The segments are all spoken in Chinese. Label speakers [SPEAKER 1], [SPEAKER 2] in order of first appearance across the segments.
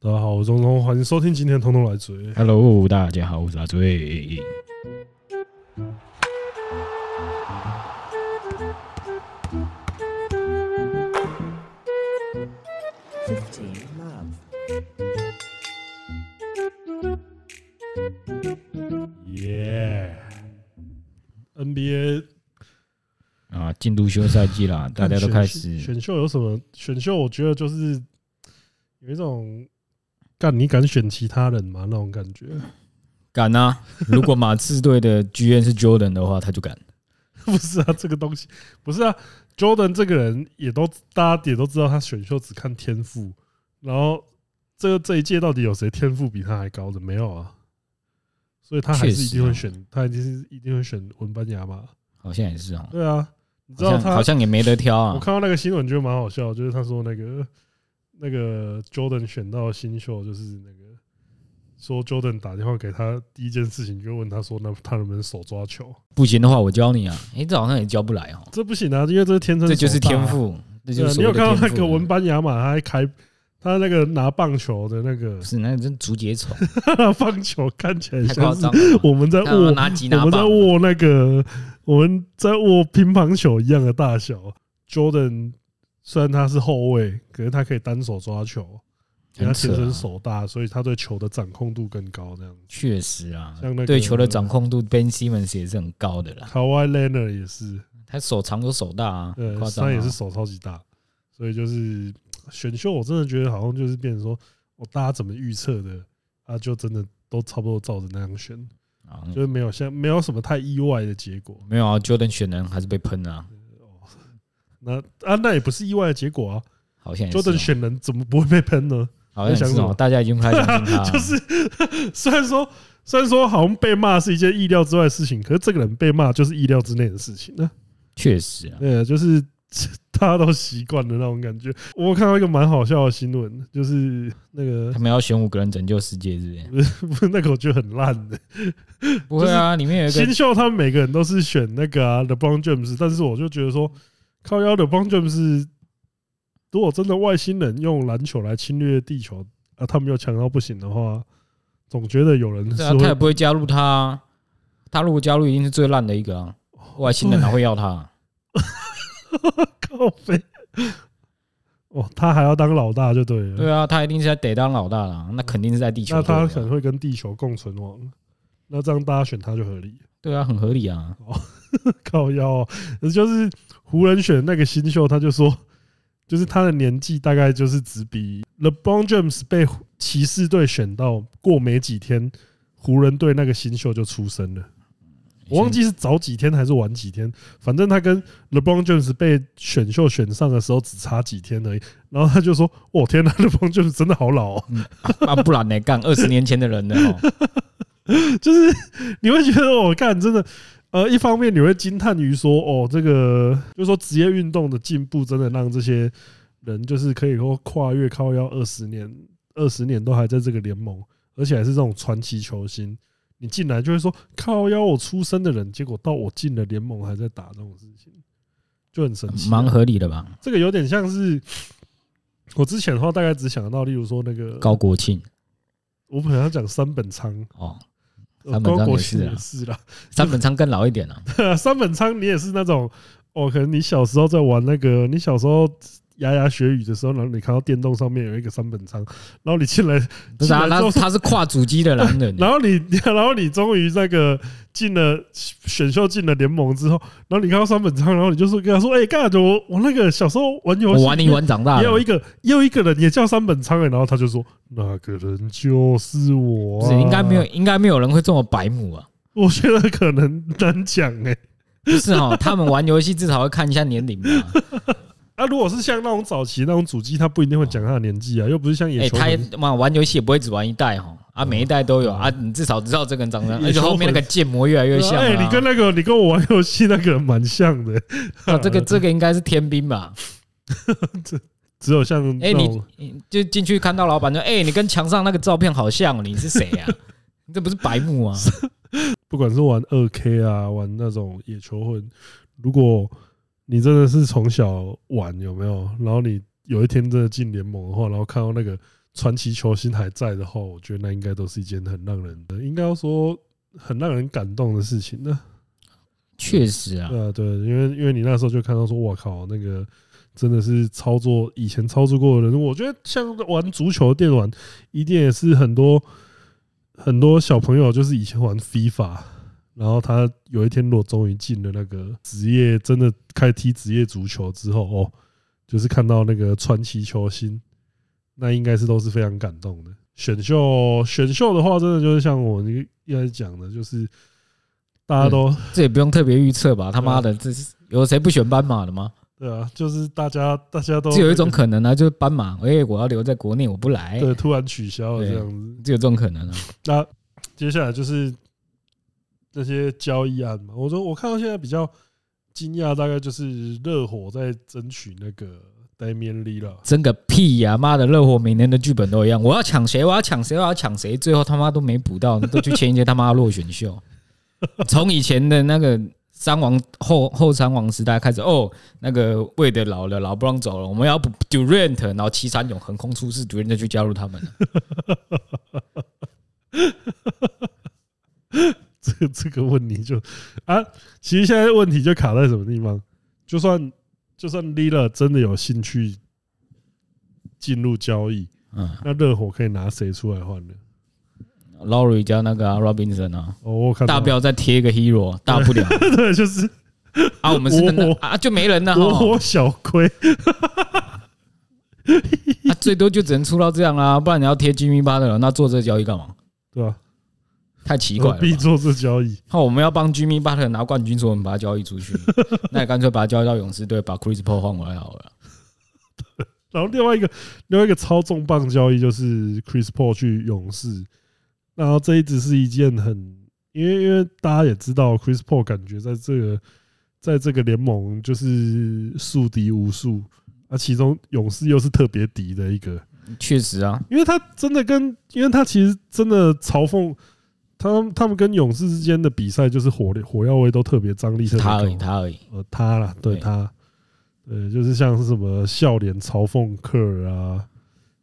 [SPEAKER 1] 大家好，我是钟钟，欢迎收听今天的《通通来追》。
[SPEAKER 2] Hello，大家好，我是阿醉。
[SPEAKER 3] 15 love.
[SPEAKER 1] 耶、NBA
[SPEAKER 2] 啊，进入休赛季
[SPEAKER 1] 嗯
[SPEAKER 2] 啦，大家都开
[SPEAKER 1] 看选秀
[SPEAKER 2] 始
[SPEAKER 1] 选秀有什么？选秀我觉得就是有一种干你敢选其他人吗那种感觉，
[SPEAKER 2] 敢啊！如果马刺队的 GM 是 Jordan 的话，他就敢。
[SPEAKER 1] 不是啊？这个东西不是啊。Jordan 这个人也都大家也都知道，他选秀只看天赋，然后这个这一届到底有谁天赋比他还高的没有啊？所以他还
[SPEAKER 2] 确
[SPEAKER 1] 是
[SPEAKER 2] 实
[SPEAKER 1] 一定会
[SPEAKER 2] 啊
[SPEAKER 1] 选，他一定是一定会选文班亚马。
[SPEAKER 2] 好像也是哦，
[SPEAKER 1] 对啊，你知
[SPEAKER 2] 好
[SPEAKER 1] 道
[SPEAKER 2] 像
[SPEAKER 1] 他
[SPEAKER 2] 好像也没得挑
[SPEAKER 1] 我
[SPEAKER 2] 啊。
[SPEAKER 1] 看到那个新闻，觉得蛮好笑，就是他说那个那个 Jordan 选到新秀，就是那个说 Jordan 打电话给他，第一件事情就问他说，那他能不能手抓球？
[SPEAKER 2] 不行的话，我教你啊。诶，这好像也教不来哦，
[SPEAKER 1] 这不行啊，因为这是天生、
[SPEAKER 2] 这就是天。赋，
[SPEAKER 1] 对
[SPEAKER 2] 这就
[SPEAKER 1] 啊你
[SPEAKER 2] 是，所
[SPEAKER 1] 有
[SPEAKER 2] 谓的
[SPEAKER 1] 看到那
[SPEAKER 2] 天
[SPEAKER 1] 个
[SPEAKER 2] 赋
[SPEAKER 1] 文班亚马，他还开他那个拿棒球的那个
[SPEAKER 2] 不是那真竹节虫，
[SPEAKER 1] 棒球，看起来
[SPEAKER 2] 太
[SPEAKER 1] 像
[SPEAKER 2] 夸
[SPEAKER 1] 是
[SPEAKER 2] 张了吧。
[SPEAKER 1] 啊我们在
[SPEAKER 2] 那我
[SPEAKER 1] 握
[SPEAKER 2] 拿吉
[SPEAKER 1] 我
[SPEAKER 2] 拿
[SPEAKER 1] 们在
[SPEAKER 2] 棒，
[SPEAKER 1] 握那个，我们在握乒乓球一样的大小。Jordan 虽然他是后卫，可是他可以单手抓球，因为他
[SPEAKER 2] 很扯
[SPEAKER 1] 天
[SPEAKER 2] 啊
[SPEAKER 1] 生手大，所以他对球的掌控度更高。这样子
[SPEAKER 2] 确实啊
[SPEAKER 1] 像那个，
[SPEAKER 2] 对球的掌控度 Ben Simmons 也是很高的啦。
[SPEAKER 1] ，Kawhi Leonard 也是，
[SPEAKER 2] 他手长有手大啊，很
[SPEAKER 1] 呃
[SPEAKER 2] 夸，张啊
[SPEAKER 1] 他也是手超级大，所以就是选秀，我真的觉得好像就是变成说，我大家怎么预测的，啊，就真的都差不多照着那样选，
[SPEAKER 2] 啊
[SPEAKER 1] 就是没有像没有什么太意外的结果。
[SPEAKER 2] 没有啊，Jordan 选人还是被喷啊，
[SPEAKER 1] 那啊，那也不是意外的结果啊。
[SPEAKER 2] 好像也是哦
[SPEAKER 1] Jordan 选人怎么不会被喷呢？
[SPEAKER 2] 好像也是哦，大家已经不太相信他了，
[SPEAKER 1] 就是虽然说虽然说好像被骂是一件意料之外的事情，可是这个人被骂就是意料之内的事情呢。
[SPEAKER 2] 确实啊，
[SPEAKER 1] 对啊，就是 大家都习惯的那种感觉。我看到一个蛮好笑的新闻，就是那个
[SPEAKER 2] 他们要选五个人拯救世界，是不是？
[SPEAKER 1] 不是那个我觉得很烂的
[SPEAKER 2] 不会啊，里面有一
[SPEAKER 1] 新
[SPEAKER 2] 个
[SPEAKER 1] 秀，他们每个人都是选那个啊 LeBron James，但是我就觉得说靠腰 LeBron James，如果真的外星人用篮球来侵略地球，啊，他们又强到不行的话。总觉得有人是
[SPEAKER 2] 对啊，
[SPEAKER 1] 会
[SPEAKER 2] 他也不会加入他啊，他如果加入一定是最烂的一个啊，外星人哪会要他啊？
[SPEAKER 1] 靠背。哦，他还要当老大就对了。
[SPEAKER 2] 对啊，他一定是在得当老大啦，那肯定是在地球
[SPEAKER 1] 那
[SPEAKER 2] 队
[SPEAKER 1] 他
[SPEAKER 2] 啊。
[SPEAKER 1] 可能会跟地球共存亡，那这样大家选他就合理。
[SPEAKER 2] 对啊，很合理啊，
[SPEAKER 1] 靠腰、哦，就是湖人选那个新秀，他就说，就是他的年纪大概就是只比 LeBron James 被骑士队选到过没几天，湖人队那个新秀就出生了。我忘记是早几天还是晚几天，反正他跟 LeBron James 被选秀选上的时候只差几天而已。然后他就说：“我天哪，LeBron James 真的好老、哦，
[SPEAKER 2] 啊，不然呢？ 干二十年前的人 了哦，
[SPEAKER 1] 就是你会觉得我干真的。”呃，一方面你会惊叹于说，哦，这个就是说职业运动的进步，真的让这些人就是可以说跨越靠要二十年，二十年都还在这个联盟，而且还是这种传奇球星。你进来就会说靠腰，我出生的人，结果到我进了联盟还在打这种事情，就很神奇啊。
[SPEAKER 2] 蛮合理的吧？
[SPEAKER 1] 这个有点像是我之前的话，大概只想到，例如说那个
[SPEAKER 2] 高国庆
[SPEAKER 1] 我本来要讲三本仓，
[SPEAKER 2] 哦，
[SPEAKER 1] 呃
[SPEAKER 2] 三本仓
[SPEAKER 1] 高国
[SPEAKER 2] 也
[SPEAKER 1] 庆
[SPEAKER 2] 是啊
[SPEAKER 1] 也是啦，
[SPEAKER 2] 三本仓更老一 点啊，
[SPEAKER 1] 三本仓你也是那种哦，可能你小时候在玩那个，你小时候牙牙学语的时候，然后你看到电动上面有一个三本仓，然后你进来，
[SPEAKER 2] 不是啊，
[SPEAKER 1] 进来
[SPEAKER 2] 他
[SPEAKER 1] 之后
[SPEAKER 2] 他是跨主机的男 人，
[SPEAKER 1] 然后你，然后你终于那个进了选秀，进了联盟之后，然后你看到三本仓，然后你就说跟他说，哎，干啥？我我那个小时候玩游戏，
[SPEAKER 2] 我玩一玩长大
[SPEAKER 1] 也有
[SPEAKER 2] 了
[SPEAKER 1] 一。个也有一个人也叫三本仓欸，然后他就说那个人就是我、
[SPEAKER 2] 不
[SPEAKER 1] 啊，
[SPEAKER 2] 是，应该没有，，应该没有人会这么白目啊。
[SPEAKER 1] 我觉得可能难讲哎、
[SPEAKER 2] 不是哦，他们玩游戏至少会看一下年龄吧。
[SPEAKER 1] 啊，如果是像那种早期那种主机，他不一定会讲他的年纪啊，又不是像野
[SPEAKER 2] 哎，
[SPEAKER 1] 球
[SPEAKER 2] 他也
[SPEAKER 1] 魂，
[SPEAKER 2] 嘛玩游戏也不会只玩一代哈，
[SPEAKER 1] 嗯
[SPEAKER 2] 啊，每一代都有啊，你至少知道这个人长什么样，
[SPEAKER 1] 也
[SPEAKER 2] 而且后面那个建模越来越像
[SPEAKER 1] 哎，你跟
[SPEAKER 2] 啊。
[SPEAKER 1] 那个你跟我玩游戏那个人蛮像的，
[SPEAKER 2] 啊这个这个应该是天兵吧？
[SPEAKER 1] 只有像那
[SPEAKER 2] 哎，你
[SPEAKER 1] 种
[SPEAKER 2] 你就进去看到老板说，哎，你跟墙上那个照片好像哦，你是谁呀？ 你这不是白目啊？
[SPEAKER 1] 不管是玩二 K 啊，玩那种野球魂，如果你真的是从小玩有没有，然后你有一天真的进联盟的话，然后看到那个传奇球星还在的话，我觉得那应该都是一件很让人，应该要说很让人感动的事情呢。
[SPEAKER 2] 确实啊，
[SPEAKER 1] 呃，对，因为因为你那时候就看到说，我靠，那个真的是操作以前操作过的人，我觉得像玩足球电玩，一定也是很多很多小朋友就是以前玩 FIFA，然后他有一天如果终于进了那个职业，真的开始踢职业足球之后，哦，就是看到那个传奇球星，那应该是都是非常感动的。选秀选秀的话，真的就是像我一开始讲的，就是大家都。
[SPEAKER 2] 这也不用特别预测吧？他妈的，这是有谁不选斑马的吗？
[SPEAKER 1] 对啊，就是大家大家都
[SPEAKER 2] 只有一种可能啊，就是斑马，哎，我要留在国内，我不来，
[SPEAKER 1] 对突然取消了
[SPEAKER 2] 对
[SPEAKER 1] 这样子。
[SPEAKER 2] 只有这种可能啊。
[SPEAKER 1] 那接下来就是那些交易案嘛，我说我看到现在比较惊讶，大概就是热火在争取那个 Damian l e 了。
[SPEAKER 2] 真个屁呀、妈的，热火每年的剧本都一样，我要抢谁，我要抢谁，我要抢谁，最后他妈都没补到，都去签一些他妈的落选 秀。从以前的那个三王后后三王时代开始，哦，那个魏德老了，老布朗走了，我们要补 Durant，然后七三勇横空出世，Durant 就去加入他们了。
[SPEAKER 1] 这个这个问题就啊，其实现在问题就卡在什么地方？就算就算 l e l a 真的有兴趣进入交易，
[SPEAKER 2] 嗯
[SPEAKER 1] 那热火可以拿谁出来换呢？
[SPEAKER 2] ，Laurie 加那个、啊、Robinson 啊，
[SPEAKER 1] 哦，我有看到
[SPEAKER 2] 大不了再贴一个 Hero，大不了
[SPEAKER 1] 对，就是
[SPEAKER 2] 啊，我们是真 的
[SPEAKER 1] 我
[SPEAKER 2] 啊，就没人了
[SPEAKER 1] 国
[SPEAKER 2] 哈
[SPEAKER 1] 火。小亏。
[SPEAKER 2] 啊，最多就只能出到这样啦、不然你要贴 Jimmy Butler，那做这个交易干嘛？
[SPEAKER 1] 对啊吧、
[SPEAKER 2] 太奇怪了
[SPEAKER 1] 何必
[SPEAKER 2] 吧。
[SPEAKER 1] 做这交易？
[SPEAKER 2] 那我们要帮 Jimmy Butler 拿冠军，所以我们把他交易 出去。那也干脆把他交易到勇士队，把 Chris Paul 换回来好了。
[SPEAKER 1] 然后另外一个另外一个超重磅交易就是 Chris Paul 去勇士，然后这一直是一件很，因为因为大家也知道 Chris Paul 感觉在这个在这个联盟就是宿敌无数，啊，其中勇士又是特别敌的一个，
[SPEAKER 2] 确实啊，
[SPEAKER 1] 因为他真的跟，因为他其实真的嘲讽他他们跟勇士之间的比赛就是火力火药味都特别张力特
[SPEAKER 2] 是
[SPEAKER 1] 别
[SPEAKER 2] 他而
[SPEAKER 1] 高
[SPEAKER 2] 已，，他而已。
[SPEAKER 1] 呃，他啦，对
[SPEAKER 2] 嗯对
[SPEAKER 1] 他，呃，就是像是什么笑脸嘲讽客儿啊，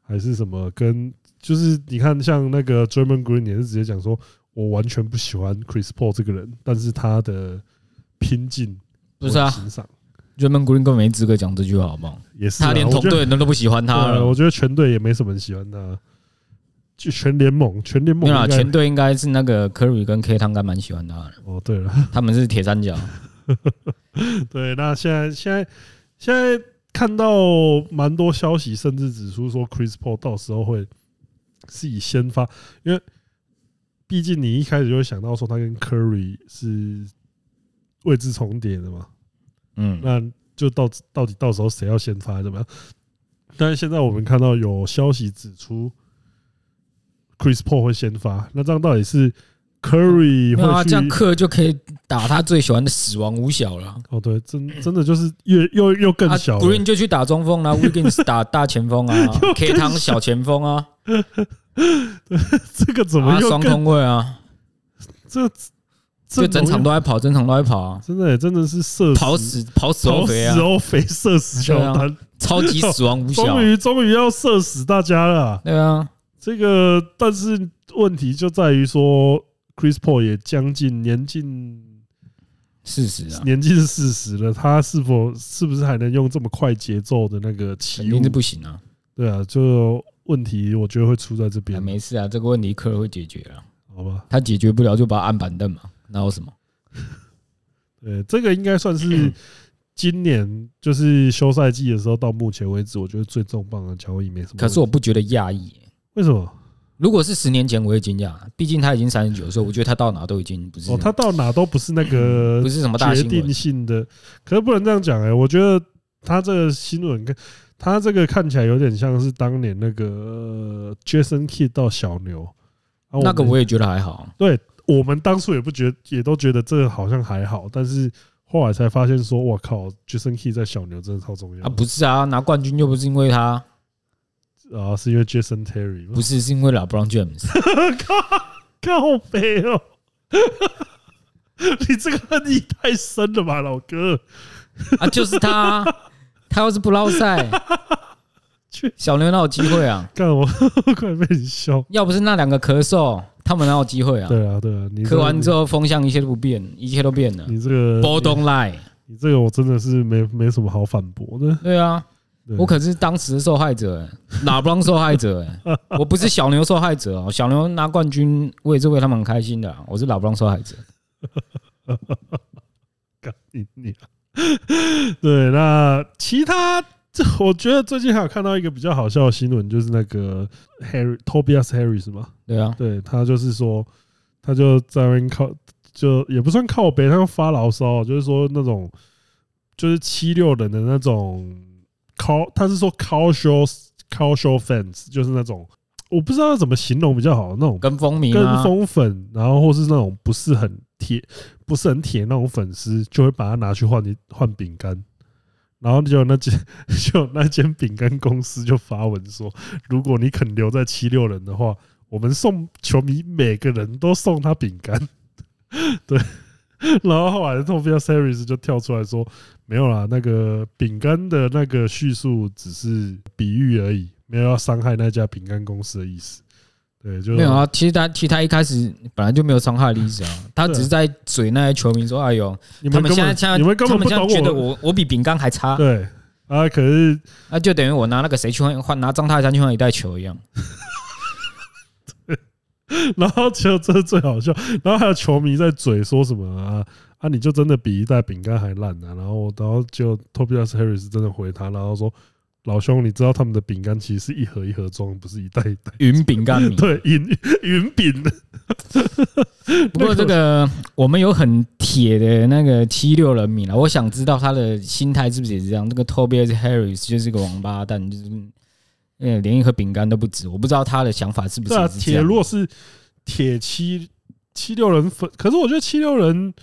[SPEAKER 1] 还是什么跟，就是你看像那个 German Green 也是直接讲说，我完全不喜欢 Chris Paul 这个人，但是他的拼劲
[SPEAKER 2] 不是啊
[SPEAKER 1] 我很欣赏
[SPEAKER 2] r a y m o n Green 根本没资格讲这句话，好不好？
[SPEAKER 1] 也是啊
[SPEAKER 2] 他连同
[SPEAKER 1] 我觉
[SPEAKER 2] 队
[SPEAKER 1] 得
[SPEAKER 2] 人都不喜欢他
[SPEAKER 1] 对啊
[SPEAKER 2] 了
[SPEAKER 1] 我。觉得全队也没什么人喜欢他，就全联盟全联
[SPEAKER 2] 没
[SPEAKER 1] 盟
[SPEAKER 2] 有啦，
[SPEAKER 1] 应该
[SPEAKER 2] 全队应该是那个 Curry 跟 K 汤该蛮喜欢他的，
[SPEAKER 1] 哦对了，
[SPEAKER 2] 他们是铁三角。
[SPEAKER 1] 对，那现在现在现在看到蛮多消息，甚至指出说 Chris Paul 到时候会是以先发，因为毕竟你一开始就会想到说他跟 Curry 是位置重叠的嘛，
[SPEAKER 2] 嗯，
[SPEAKER 1] 那就到到底到时候谁要先发怎么样？但是现在我们看到有消息指出 Chris Paul 会先发，那这样到底是 Curry
[SPEAKER 2] 没有啊，
[SPEAKER 1] 会
[SPEAKER 2] 这样
[SPEAKER 1] 去？
[SPEAKER 2] 克就可以打他最喜欢的死亡五小了。
[SPEAKER 1] 哦，对，真真的就是越又又更
[SPEAKER 2] 啊
[SPEAKER 1] 小了。
[SPEAKER 2] Green 就去打 中锋啦 w i g g i n s 打大前锋啊，K 汤小前锋啊，
[SPEAKER 1] 这个怎么
[SPEAKER 2] 啊
[SPEAKER 1] 又
[SPEAKER 2] 双
[SPEAKER 1] 更
[SPEAKER 2] 空位啊，
[SPEAKER 1] 这这
[SPEAKER 2] 就整场都在跑，整场都在跑啊。
[SPEAKER 1] 真的耶真的是射
[SPEAKER 2] 跑死 跑死
[SPEAKER 1] 跑
[SPEAKER 2] 欧肥
[SPEAKER 1] 死
[SPEAKER 2] 啊，
[SPEAKER 1] 欧肥 射死乔丹，
[SPEAKER 2] 超级死亡五小
[SPEAKER 1] 终，于终于要射死大家了啊。
[SPEAKER 2] 对啊，
[SPEAKER 1] 这个但是问题就在于说，Chris Paul 也将近年近
[SPEAKER 2] 事实啊，
[SPEAKER 1] 年近四十了，他是否是不是还能用这么快节奏的那个
[SPEAKER 2] 肯
[SPEAKER 1] 起舞
[SPEAKER 2] 定是？不行啊，
[SPEAKER 1] 对啊，就问题我觉得会出在这
[SPEAKER 2] 啊
[SPEAKER 1] 边，
[SPEAKER 2] 没事啊，这个问题科尔会解决啊，
[SPEAKER 1] 好吧？
[SPEAKER 2] 他解决不了就把他按板凳嘛，那有什么？
[SPEAKER 1] 对，这个应该算 是今年就是休赛季的时候到目前为止，我觉得最重磅的交易没什么问题。
[SPEAKER 2] 可是我不觉得讶异耶，
[SPEAKER 1] 为什么？
[SPEAKER 2] 如果是十年前我会惊讶，啊毕竟他已经三十九岁，我觉得他到哪都已经不是嗯
[SPEAKER 1] 哦，他到哪都不是那个
[SPEAKER 2] 不是什么大
[SPEAKER 1] 决
[SPEAKER 2] 新
[SPEAKER 1] 定
[SPEAKER 2] 闻，
[SPEAKER 1] 性的，可是不能这样讲哎、我觉得他这个新闻跟他这个看起来有点像是当年那个呃 Jason Kidd 到小牛，啊
[SPEAKER 2] 那个
[SPEAKER 1] 我
[SPEAKER 2] 我
[SPEAKER 1] 们
[SPEAKER 2] 也觉得还好，
[SPEAKER 1] 我们当初也不觉也都觉得这个好像还好，但是后来才发现说，我靠，Jason Kidd 在小牛真的超重要
[SPEAKER 2] 啊，不是啊，拿冠军又不是因为他，
[SPEAKER 1] 啊，是因为 Jason Terry 吗
[SPEAKER 2] 不是是因为 LeBron James，
[SPEAKER 1] 靠北哦、 你这个恨意太深了吧，老哥，
[SPEAKER 2] 啊，就是他啊，他要是不捞赛，
[SPEAKER 1] 去，
[SPEAKER 2] 小牛哪有机会啊？
[SPEAKER 1] 干我快被你笑。
[SPEAKER 2] 要不是那两个咳嗽，他们哪有机会啊？
[SPEAKER 1] 对啊，对啊，你这嗯
[SPEAKER 2] 咳完之后风向一切都不变，一切都变了。
[SPEAKER 1] 你这个
[SPEAKER 2] 波动 line，
[SPEAKER 1] 你这个我真的是没没什么好反驳的。
[SPEAKER 2] 对啊，
[SPEAKER 1] 对
[SPEAKER 2] 我可是当时的受害者、欸，拉布朗受害者、欸， 我不是小牛受害者哦、小牛拿冠军，我也是为他们很开心的啊、我是拉布朗受害者。
[SPEAKER 1] 干你你、 对，那其他这我觉得最近还有看到一个比较好笑的新闻，就是那个 Harry Tobias Harris 嘛，
[SPEAKER 2] 对啊，
[SPEAKER 1] 对他就是说，他就在那边靠，就也不算靠北，他就发牢骚，就是说那种就是七六人的那种 call，他是说 casual casual fans，就是那种我不知道要怎么形容比较好，那种
[SPEAKER 2] 跟风迷
[SPEAKER 1] 跟
[SPEAKER 2] 吗？
[SPEAKER 1] 风啊粉，然后或是那种不是很铁、不是很铁那种粉丝，就会把它拿去换一换饼干。然后就有那间 就有那间饼干公司就发文说，如果你肯留在七六人的话，我们送球迷每个人都送他饼干。 对，然后后来 t o p i a Series 就跳出来说，没有啦，那个饼干的那个叙述只是比喻而已，没有要伤害那家饼干公司的意思。对，就
[SPEAKER 2] 没有啊，其实他其实他一开始本来就没有伤害的意思啊，他只是在嘴那些球迷说：“哎呦，
[SPEAKER 1] 你
[SPEAKER 2] 他
[SPEAKER 1] 们根
[SPEAKER 2] 们现在
[SPEAKER 1] 本
[SPEAKER 2] 现在
[SPEAKER 1] 你们根
[SPEAKER 2] 他
[SPEAKER 1] 本
[SPEAKER 2] 们
[SPEAKER 1] 不
[SPEAKER 2] 现在
[SPEAKER 1] 懂
[SPEAKER 2] 觉得
[SPEAKER 1] 我
[SPEAKER 2] 我我比饼干还差，
[SPEAKER 1] 对啊，可是
[SPEAKER 2] 那就等于我拿那个谁去换换拿张泰山去换一袋球一样。
[SPEAKER 1] 然后就这是最好笑，然后还有球迷在嘴说什么啊啊，你就真的比一袋饼干还烂啊，然后然后就 Tobias Harris 真的回他，然后说老兄，你知道他们的饼干其实是一盒一盒装，不是一袋一袋，
[SPEAKER 2] 云饼干迷。
[SPEAKER 1] 对云云饼，
[SPEAKER 2] 不过这个我们有很铁的那个七六人迷了，我想知道他的心态是不是也是这样？那个 Tobias Harris 就是个王八蛋，就是呃连一盒饼干都不值。我不知道他的想法是不是
[SPEAKER 1] 对啊，
[SPEAKER 2] 也是这
[SPEAKER 1] 铁
[SPEAKER 2] 样
[SPEAKER 1] 如。果是铁七七六人粉，可是我觉得七六人。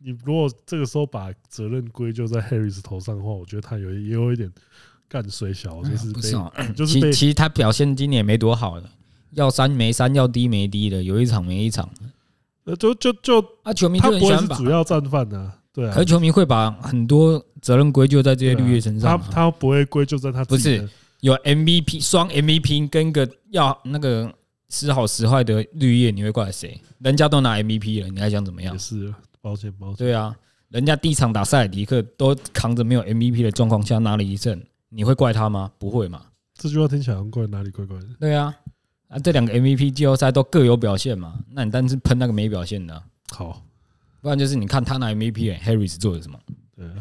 [SPEAKER 1] 你如果这个时候把责任归咎在 Harris 头上的话，我觉得他有也有一点干水小，
[SPEAKER 2] 哎
[SPEAKER 1] 就
[SPEAKER 2] 呀
[SPEAKER 1] 是
[SPEAKER 2] 不
[SPEAKER 1] 被
[SPEAKER 2] 是哦，
[SPEAKER 1] 就是被
[SPEAKER 2] 其其实他表现今年也没多好的，要三没三，要低没低的，有一场没一场。
[SPEAKER 1] 呃，就就就
[SPEAKER 2] 啊，球迷
[SPEAKER 1] 他
[SPEAKER 2] 就很
[SPEAKER 1] 不
[SPEAKER 2] 喜
[SPEAKER 1] 会
[SPEAKER 2] 欢
[SPEAKER 1] 是
[SPEAKER 2] 把，
[SPEAKER 1] 主要战犯呢、对啊
[SPEAKER 2] 可是，球迷会把很多责任归咎在这些绿叶身上
[SPEAKER 1] 他
[SPEAKER 2] 啊。
[SPEAKER 1] 他不会归咎在他自己的
[SPEAKER 2] 不有 MVP 双 MVP 跟个要那个时好时坏的绿叶，你会怪谁？人家都拿 MVP 了，你还想怎么样
[SPEAKER 1] 也？是，抱歉抱歉，
[SPEAKER 2] 对啊，人家第一场打塞尔迪克都扛着没有 MVP 的状况下拿了一胜，你会怪他吗？不会嘛？
[SPEAKER 1] 这句话听起来好像怪哪里怪怪的，
[SPEAKER 2] 对啊，啊，这两个 MVP 季后赛都各有表现嘛，那你单是喷那个没表现的啊、
[SPEAKER 1] 好，
[SPEAKER 2] 不然就是你看他拿 MVP 欸，Harris 做了什么？
[SPEAKER 1] 对啊，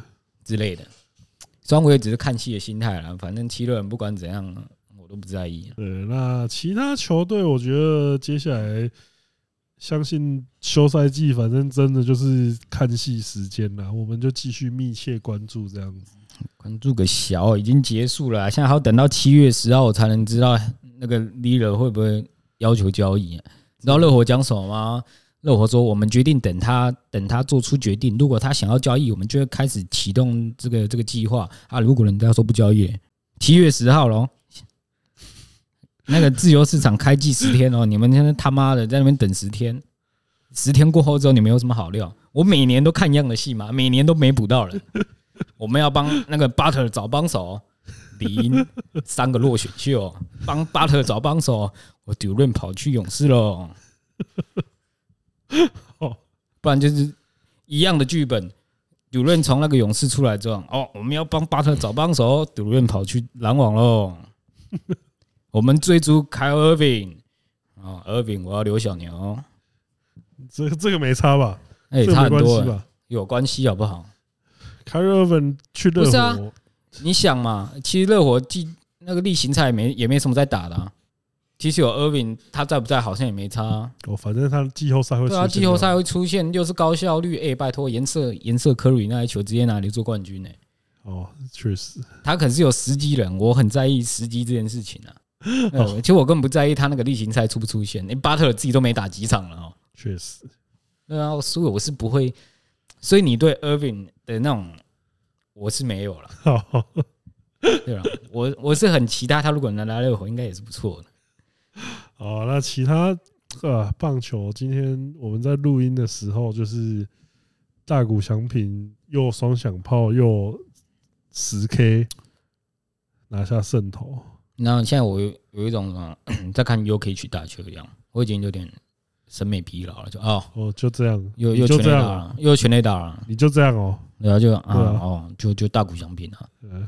[SPEAKER 2] 之类的。虽然我也只是看戏的心态啦，反正七六人不管怎样，我都不在意。啊
[SPEAKER 1] 对，那其他球队，我觉得接下来相信休赛季，反正真的就是看戏时间啦，我们就继续密切关注这样子。
[SPEAKER 2] 关注个小，已经结束了啊，现在还要等到七月十号我才能知道那个 leader 会不会要求交易啊、你知道热火讲什么吗？热火说：“我们决定等他，等他做出决定。如果他想要交易，我们就会开始启动这个这个计划啊。如果人家说不交易，七月十号喽，那个自由市场开季十天哦，你们现在他妈的在那边等十天，十天过后之后你们有什么好料？我每年都看一样的戏嘛，每年都没补到人。我们要帮那个巴特尔找帮手，零三个落选秀，帮巴特尔找帮手，我丢润跑去勇士喽。
[SPEAKER 1] 哦，
[SPEAKER 2] 不然就是一样的剧本。赌润从那个勇士出来之后，哦，我们要帮巴特找帮手，赌润跑去篮网喽。我们追逐凯尔宾，啊，尔宾，我要留小牛，
[SPEAKER 1] 这这个没差吧？
[SPEAKER 2] 哦哎、
[SPEAKER 1] 这个
[SPEAKER 2] 差
[SPEAKER 1] 没
[SPEAKER 2] 很
[SPEAKER 1] 关
[SPEAKER 2] 多
[SPEAKER 1] 系
[SPEAKER 2] 欸，
[SPEAKER 1] 吧？
[SPEAKER 2] 有关系好不好？
[SPEAKER 1] 凯瑞文去热
[SPEAKER 2] 不是啊
[SPEAKER 1] 火，
[SPEAKER 2] 你想嘛，其实热火季那个例行赛也没也没什么在打的、啊，其实有 Irving，他在不在好像也没差、啊。
[SPEAKER 1] 哦，反正他季后赛会出
[SPEAKER 2] 对啊，
[SPEAKER 1] 现
[SPEAKER 2] 季后
[SPEAKER 1] 的
[SPEAKER 2] 赛会出现又是高效率，哎、拜托颜色颜色科里那一球直接拿来做冠军呢、
[SPEAKER 1] 哦，确实，
[SPEAKER 2] 他可是有十几人，我很在意十几这件事情
[SPEAKER 1] 哦
[SPEAKER 2] 啊。呃其实我根本不在意他那个例行赛出不出现，连巴特尔自己都没打几场了哦。
[SPEAKER 1] 确实，
[SPEAKER 2] 对啊，所以我是不会，所以你对 Irving 的那种我是没有了，
[SPEAKER 1] 好。
[SPEAKER 2] 对吧、我我是很期待他如果能来热火，应该也是不错的。
[SPEAKER 1] 好，那其他呃棒球，今天我们在录音的时候，就是大谷翔平又双响炮又十 K 拿下胜投，
[SPEAKER 2] 那现在我有有一种什么 在看 UK 取大球一样，我已经有点审美疲劳了，就哦，
[SPEAKER 1] 哦，就这样，
[SPEAKER 2] 又
[SPEAKER 1] 你
[SPEAKER 2] 又
[SPEAKER 1] 就
[SPEAKER 2] 全垒
[SPEAKER 1] 这
[SPEAKER 2] 打
[SPEAKER 1] 样哦，
[SPEAKER 2] 了，又全垒打了，
[SPEAKER 1] 你就这样哦，
[SPEAKER 2] 然后就啊
[SPEAKER 1] 对啊
[SPEAKER 2] 哦，就就大股相拼啊
[SPEAKER 1] 嗯。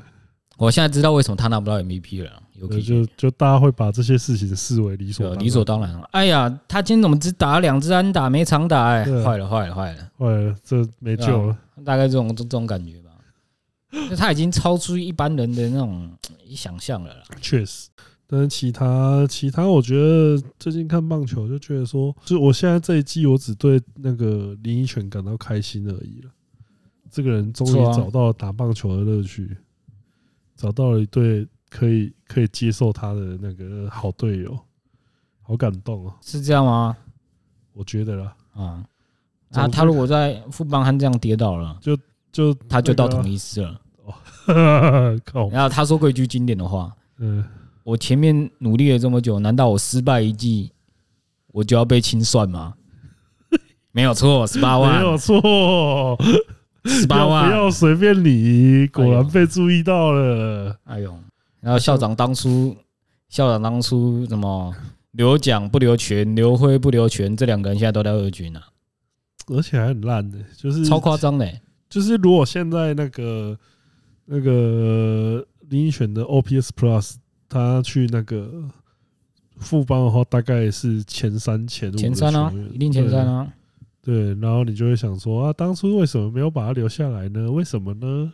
[SPEAKER 2] 我现在知道为什么他拿不到 MVP 了
[SPEAKER 1] 呃
[SPEAKER 2] ，UK
[SPEAKER 1] 就就大家会把这些事情视为理所
[SPEAKER 2] 对
[SPEAKER 1] 当然
[SPEAKER 2] 理所当然了。哎呀，他今天怎么只打了两支安打，没长打？哎，
[SPEAKER 1] 对啊
[SPEAKER 2] 坏了，坏了，坏了！
[SPEAKER 1] 坏了，哎这没救了。
[SPEAKER 2] 大概这种这种感觉吧。那他已经超出一般人的那种嘖想象了啦。
[SPEAKER 1] 确实。但是其他其他，我觉得最近看棒球就觉得说，就是我现在这一季，我只对那个林依泉感到开心而已了。这个人终
[SPEAKER 2] 不
[SPEAKER 1] 于
[SPEAKER 2] 错啊
[SPEAKER 1] 找到了打棒球的乐趣，找到了一对可以可以接受他的那个好队友，好感动哦、
[SPEAKER 2] 是这样吗？
[SPEAKER 1] 我觉得啦，
[SPEAKER 2] 啊，
[SPEAKER 1] 总
[SPEAKER 2] 他
[SPEAKER 1] 之
[SPEAKER 2] 他如果在富邦汉这样跌倒了，
[SPEAKER 1] 就
[SPEAKER 2] 他就到统
[SPEAKER 1] 一，
[SPEAKER 2] 一师了。
[SPEAKER 1] 靠，
[SPEAKER 2] 然后他说过一句经典的话
[SPEAKER 1] 嗯，：“
[SPEAKER 2] 我前面努力了这么久，难道我失败一季，我就要被清算吗？” 没有错，十八
[SPEAKER 1] 没
[SPEAKER 2] 万
[SPEAKER 1] 有，错，
[SPEAKER 2] 十八
[SPEAKER 1] 要
[SPEAKER 2] 万
[SPEAKER 1] 不，要随便你？果
[SPEAKER 2] 哎
[SPEAKER 1] 然
[SPEAKER 2] 呦
[SPEAKER 1] 被注意到了。
[SPEAKER 2] 哎呦，然后校长当初，校长当初什么留奖不留权，刘辉不留权，这两个人现在都在二军啊，
[SPEAKER 1] 而且还很烂的、就是
[SPEAKER 2] 超夸张的欸、
[SPEAKER 1] 就是如果现在那个那个林依选的 OPS Plus，他去那个副帮的话，大概是前三前五的
[SPEAKER 2] 前三啊
[SPEAKER 1] 球员，
[SPEAKER 2] 一定前三啊。
[SPEAKER 1] 对。对，然后你就会想说啊，当初为什么没有把他留下来呢？为什么呢？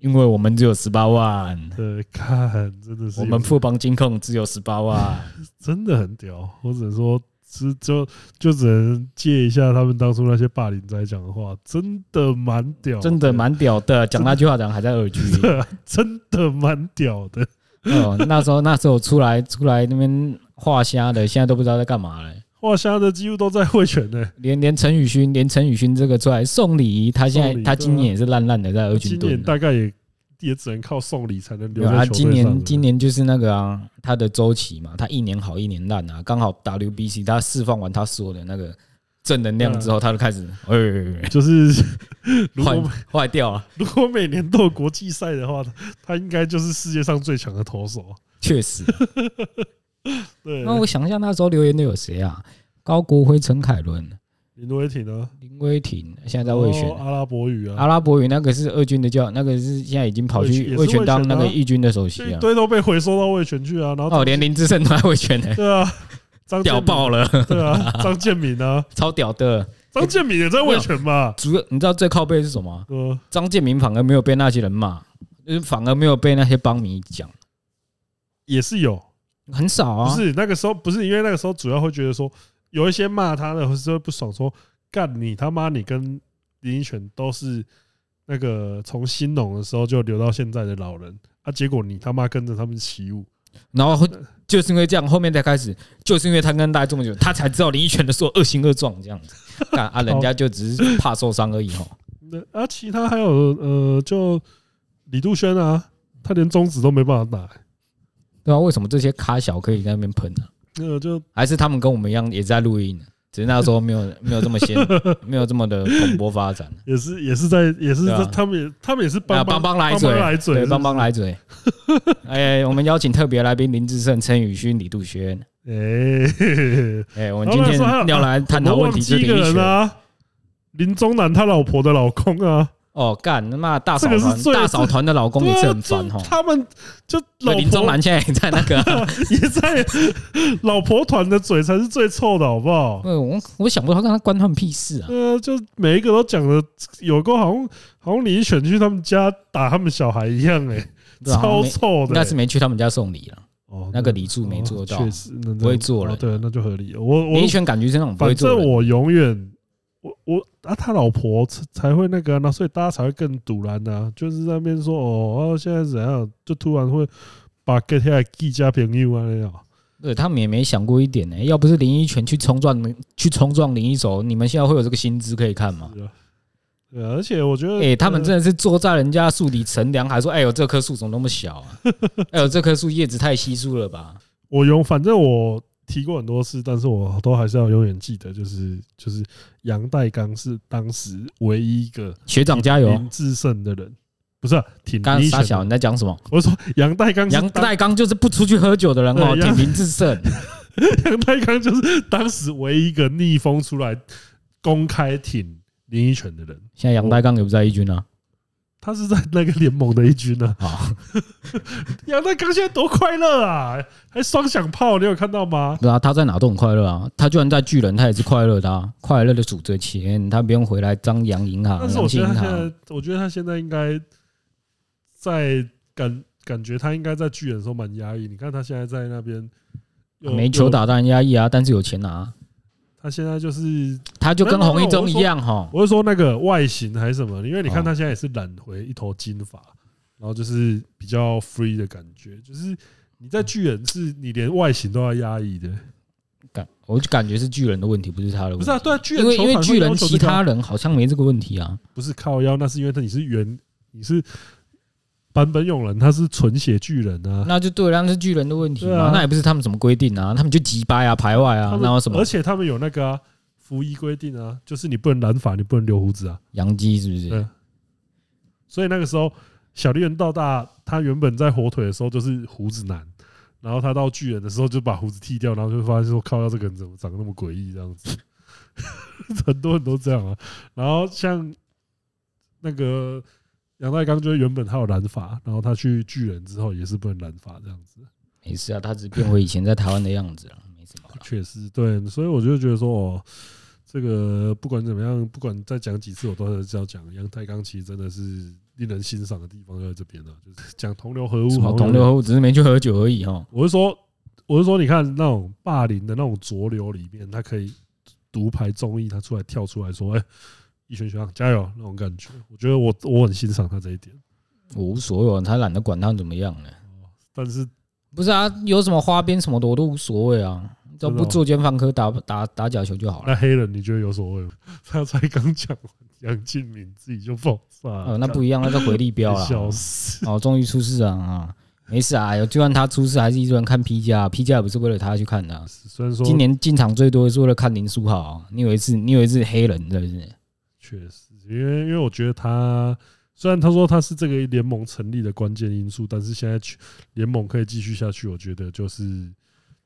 [SPEAKER 2] 因为我们只有十八万，
[SPEAKER 1] 对， 看真的是
[SPEAKER 2] 我们
[SPEAKER 1] 有
[SPEAKER 2] 富邦金控只有十八万，
[SPEAKER 1] 真的很屌，我只能说。只就就只能借一下他们当初那些霸凌仔讲的话，真的蛮屌，
[SPEAKER 2] 真的蛮屌的。讲那句话，讲还在二军。
[SPEAKER 1] 真的蛮屌的。
[SPEAKER 2] 哦，那时候那时候出来出来那边画虾的，现在都不知道在干嘛了。
[SPEAKER 1] 画虾的几乎都在会拳呢、
[SPEAKER 2] 连连陈宇勋，连陈宇勋这个出来送礼，他现
[SPEAKER 1] 送
[SPEAKER 2] 在
[SPEAKER 1] 礼
[SPEAKER 2] 他
[SPEAKER 1] 对啊
[SPEAKER 2] 今年也是烂烂的在二军
[SPEAKER 1] 今
[SPEAKER 2] 蹲
[SPEAKER 1] 年
[SPEAKER 2] 了。
[SPEAKER 1] 大概也也只能靠送礼才能留
[SPEAKER 2] 对啊，
[SPEAKER 1] 在球队上。对
[SPEAKER 2] 今
[SPEAKER 1] 不
[SPEAKER 2] 年
[SPEAKER 1] 对
[SPEAKER 2] 今年就是那个啊，它的周期嘛，它一年好一年烂啊，刚好 WBC 它释放完它所有的那个正能量之后，
[SPEAKER 1] 啊
[SPEAKER 2] 它就开始哎哎哎
[SPEAKER 1] 就是
[SPEAKER 2] 哎
[SPEAKER 1] 如
[SPEAKER 2] 坏
[SPEAKER 1] 果
[SPEAKER 2] 坏掉啊了，
[SPEAKER 1] 如果每年都有国际赛的话，他他应该就是世界上最强的投手。啊
[SPEAKER 2] 确实。
[SPEAKER 1] 对，
[SPEAKER 2] 那我想一下，那时候留言的有谁啊？高国辉、陈凯伦、
[SPEAKER 1] 林威廷呢？
[SPEAKER 2] 林威廷，现在在
[SPEAKER 1] 然
[SPEAKER 2] 卫
[SPEAKER 1] 后
[SPEAKER 2] 权。
[SPEAKER 1] 阿拉伯语
[SPEAKER 2] 阿
[SPEAKER 1] 啊，
[SPEAKER 2] 拉伯语那个是二军的教，那个是现在已经跑
[SPEAKER 1] 卫也
[SPEAKER 2] 去
[SPEAKER 1] 是
[SPEAKER 2] 卫权当那个
[SPEAKER 1] 卫权啊
[SPEAKER 2] 义军的首席
[SPEAKER 1] 这一
[SPEAKER 2] 啊。
[SPEAKER 1] 堆都被回收到卫权去啊。然后
[SPEAKER 2] 哦，连林志胜都在卫 权呢，
[SPEAKER 1] 对啊，张建
[SPEAKER 2] 屌
[SPEAKER 1] 民
[SPEAKER 2] 爆了，
[SPEAKER 1] 对啊，张建民啊，
[SPEAKER 2] 超屌的。
[SPEAKER 1] 张建民也在卫权吧？
[SPEAKER 2] 主要你知道最靠背是什么吗？
[SPEAKER 1] 呃，
[SPEAKER 2] 张建民反而没有被那些人骂， 就是反而没有被那些帮迷讲，
[SPEAKER 1] 也是有，
[SPEAKER 2] 很少啊。
[SPEAKER 1] 不是那个时候，不是因为那个时候主要会觉得说，有一些骂他的，或是会不爽说，干你他妈，你跟林依泉都是那个从新农的时候就留到现在的老人啊，结果你他妈跟着他们起舞，
[SPEAKER 2] 然后后就是因为这样，后面才开始，就是因为他跟大家这么久，他才知道林奕泉的所有恶行恶状这样子。干 啊，人家就只是怕受伤而已吼。
[SPEAKER 1] 那啊，其他还有呃，就李杜轩啊，他连中指都没办法打、欸，
[SPEAKER 2] 对啊，为什么这些咖小可以在那边喷呢？啊
[SPEAKER 1] 那个就
[SPEAKER 2] 还是他们跟我们一样也在录音呢？只是那时候没有 没有这么先，没有这么的蓬勃发展。
[SPEAKER 1] 也是也是在也是
[SPEAKER 2] 对啊
[SPEAKER 1] 在他们也他们也是
[SPEAKER 2] 啊，
[SPEAKER 1] 帮帮
[SPEAKER 2] 帮帮来
[SPEAKER 1] 帮
[SPEAKER 2] 嘴，
[SPEAKER 1] 来嘴
[SPEAKER 2] 对，
[SPEAKER 1] 是不是
[SPEAKER 2] 帮帮来嘴。 哎，我们邀请特别来宾林志胜、陈宇勋、李杜轩。
[SPEAKER 1] 哎，嘿嘿嘿
[SPEAKER 2] 哎，我们今天要来探讨
[SPEAKER 1] 我
[SPEAKER 2] 问
[SPEAKER 1] 忘
[SPEAKER 2] 题就
[SPEAKER 1] 记一
[SPEAKER 2] 林
[SPEAKER 1] 个
[SPEAKER 2] 奕
[SPEAKER 1] 人
[SPEAKER 2] 泉。
[SPEAKER 1] 啊，林中南他老婆的老公啊。
[SPEAKER 2] 哦，干他妈大嫂
[SPEAKER 1] 这个
[SPEAKER 2] 团
[SPEAKER 1] 是最
[SPEAKER 2] 大嫂团的老公也
[SPEAKER 1] 对啊
[SPEAKER 2] 是很烦
[SPEAKER 1] 就
[SPEAKER 2] 哈。
[SPEAKER 1] 他们就
[SPEAKER 2] 对
[SPEAKER 1] 老
[SPEAKER 2] 林中
[SPEAKER 1] 婆
[SPEAKER 2] 南现在也在那个啊，
[SPEAKER 1] 也在老婆团的嘴才是最臭的，好不好？
[SPEAKER 2] 嗯我我想不到跟他关他们屁事啊。
[SPEAKER 1] 呃，就每一个都讲的有个好像好像你选去他们家打他们小孩一样，哎，
[SPEAKER 2] 对啊
[SPEAKER 1] 超
[SPEAKER 2] 没
[SPEAKER 1] 臭
[SPEAKER 2] 应
[SPEAKER 1] 的、
[SPEAKER 2] 该是没去他们家送礼了。
[SPEAKER 1] 哦
[SPEAKER 2] 那个李柱没做到
[SPEAKER 1] 确实那
[SPEAKER 2] 不会做人
[SPEAKER 1] 哦对，那就合理。我我
[SPEAKER 2] 林奕泉感觉是那种不会
[SPEAKER 1] 反
[SPEAKER 2] 做
[SPEAKER 1] 正
[SPEAKER 2] 人，
[SPEAKER 1] 我永远我我啊，他老婆才才会那个、啊，那所以大家才会更堵然呐、就是在那边说哦、啊，现在怎样，就突然会把 get 下来记加朋友啊那样。
[SPEAKER 2] 对他们也没想过一点呢、要不是林奕泉去冲撞去冲撞林一手，你们现在会有这个薪资可以看吗？
[SPEAKER 1] 是啊，对啊，而且我觉得，
[SPEAKER 2] 哎、他们真
[SPEAKER 1] 呃
[SPEAKER 2] 的是坐在人家树底乘凉，还说：“哎呦，这棵树怎么那么小啊？哎呦，这棵树叶子太稀疏了吧
[SPEAKER 1] 我永反正我提过很多次，但是我都还是要永远记得，就是就是杨代刚是当时唯一一个？”
[SPEAKER 2] 学长加油！
[SPEAKER 1] 林志胜的人，不是啊挺
[SPEAKER 2] 哎刚
[SPEAKER 1] 你
[SPEAKER 2] 傻
[SPEAKER 1] 选
[SPEAKER 2] 小，
[SPEAKER 1] 的。
[SPEAKER 2] 你在讲什么？
[SPEAKER 1] 我说杨代刚是
[SPEAKER 2] 杨
[SPEAKER 1] 当
[SPEAKER 2] 代刚就是不出去喝酒的人哦，
[SPEAKER 1] 对
[SPEAKER 2] 挺平自胜。
[SPEAKER 1] 杨代刚就是当时唯一一个逆风出来公开挺林依晨的人，
[SPEAKER 2] 现在杨代刚也不在一军啊，
[SPEAKER 1] 他是在那个联盟的一军呢、
[SPEAKER 2] 啊，
[SPEAKER 1] 啊。 杨代刚现在多快乐啊，还双响炮，你有看到吗？
[SPEAKER 2] 不知道他在哪都很快乐啊。他居然在巨人，他也是快乐的、啊，快乐的数着钱，他不用回来张扬银行、
[SPEAKER 1] 但是我
[SPEAKER 2] 杨
[SPEAKER 1] 觉
[SPEAKER 2] 信
[SPEAKER 1] 得
[SPEAKER 2] 银
[SPEAKER 1] 他现
[SPEAKER 2] 行。啊
[SPEAKER 1] 在，我觉得他现在应该在感感觉他应该在巨人的时候蛮压抑。你看他现在在那边又
[SPEAKER 2] 啊没球，
[SPEAKER 1] 又
[SPEAKER 2] 打当然压抑啊，但是有钱拿啊、
[SPEAKER 1] 他现在就是
[SPEAKER 2] 他就跟
[SPEAKER 1] 没有
[SPEAKER 2] 洪一
[SPEAKER 1] 没有我
[SPEAKER 2] 中
[SPEAKER 1] 是
[SPEAKER 2] 一
[SPEAKER 1] 说
[SPEAKER 2] 样哈。
[SPEAKER 1] 我是说那个外形还是什么，因为你看
[SPEAKER 2] 哦
[SPEAKER 1] 他现在也是染回一头金发，然后就是比较 free 的感觉，就是你在巨人是你连外形都要压抑
[SPEAKER 2] 嗯
[SPEAKER 1] 的，
[SPEAKER 2] 感我就感觉是巨人的问题，不是他的问
[SPEAKER 1] 不
[SPEAKER 2] 题。
[SPEAKER 1] 是啊？对啊，巨人
[SPEAKER 2] 因为
[SPEAKER 1] 球
[SPEAKER 2] 因为
[SPEAKER 1] 团会
[SPEAKER 2] 巨人
[SPEAKER 1] 要求
[SPEAKER 2] 其
[SPEAKER 1] 这个啊
[SPEAKER 2] 他人好像没这个问题啊。
[SPEAKER 1] 不是靠腰，那是因为你是原你是版本勇人，他是纯血巨人啊，
[SPEAKER 2] 那就对了，那是巨人的问题
[SPEAKER 1] 对
[SPEAKER 2] 嘛，
[SPEAKER 1] 啊
[SPEAKER 2] 那也不是他们什么规定啊，他们就急掰啊、排外
[SPEAKER 1] 他
[SPEAKER 2] 啊，
[SPEAKER 1] 们
[SPEAKER 2] 那有什么
[SPEAKER 1] 而且他们有那个啊服役规定啊，就是你不能染发，你不能留胡子啊，
[SPEAKER 2] 洋基是不是？
[SPEAKER 1] 对所以那个时候，小笠原到大，他原本在火腿的时候就是胡子男，然后他到巨人的时候就把胡子剃掉，然后就发现说靠，他这个人怎么长得那么诡异这样子， 很多人都这样啊。然后像那个杨代刚，就是原本他有染发，然后他去巨人之后也是不能染发这样子，
[SPEAKER 2] 没事啊，他只是变回以前在台湾的样子了，没什 么了。
[SPEAKER 1] 确实对，所以我就觉得说哦。这个不管怎么样，不管再讲几次，我都还是要讲杨太刚，其实真的是令人欣赏的地方就在这边了、就是讲同流合污，
[SPEAKER 2] 什么
[SPEAKER 1] 好像
[SPEAKER 2] 同流合污，只是没去喝酒而已哈。
[SPEAKER 1] 我是说，我是说，你看那种霸凌的那种浊流里面，他可以独排众议，他出来跳出来说：“哎、一轩学长加油！”那种感觉，我觉得我我很欣赏他这一点。
[SPEAKER 2] 我无所谓啊，他懒得管他怎么样呢。
[SPEAKER 1] 但是
[SPEAKER 2] 不是啊，有什么花边什么的我都无所谓啊，只要
[SPEAKER 1] 真的
[SPEAKER 2] 不
[SPEAKER 1] 哦
[SPEAKER 2] 作奸犯科打打打假球就好了。
[SPEAKER 1] 那黑人，你觉得有所谓吗？ 他才刚讲完杨敬敏，自己就爆炸了，
[SPEAKER 2] 哦，那不一样，那是回力镖了。
[SPEAKER 1] 哎笑死！
[SPEAKER 2] 哦，终于出事了啊！没事啊，有就算他出事，还是一堆人看 P 加，P 加也不是为了他去看的啊、
[SPEAKER 1] 虽然说
[SPEAKER 2] 今年进场最多的是为了看林书豪啊、你以为是，你以为是黑人是不是？
[SPEAKER 1] 确实，因为因为我觉得他虽然他说他是这个联盟成立的关键因素，但是现在去联盟可以继续下去，我觉得就是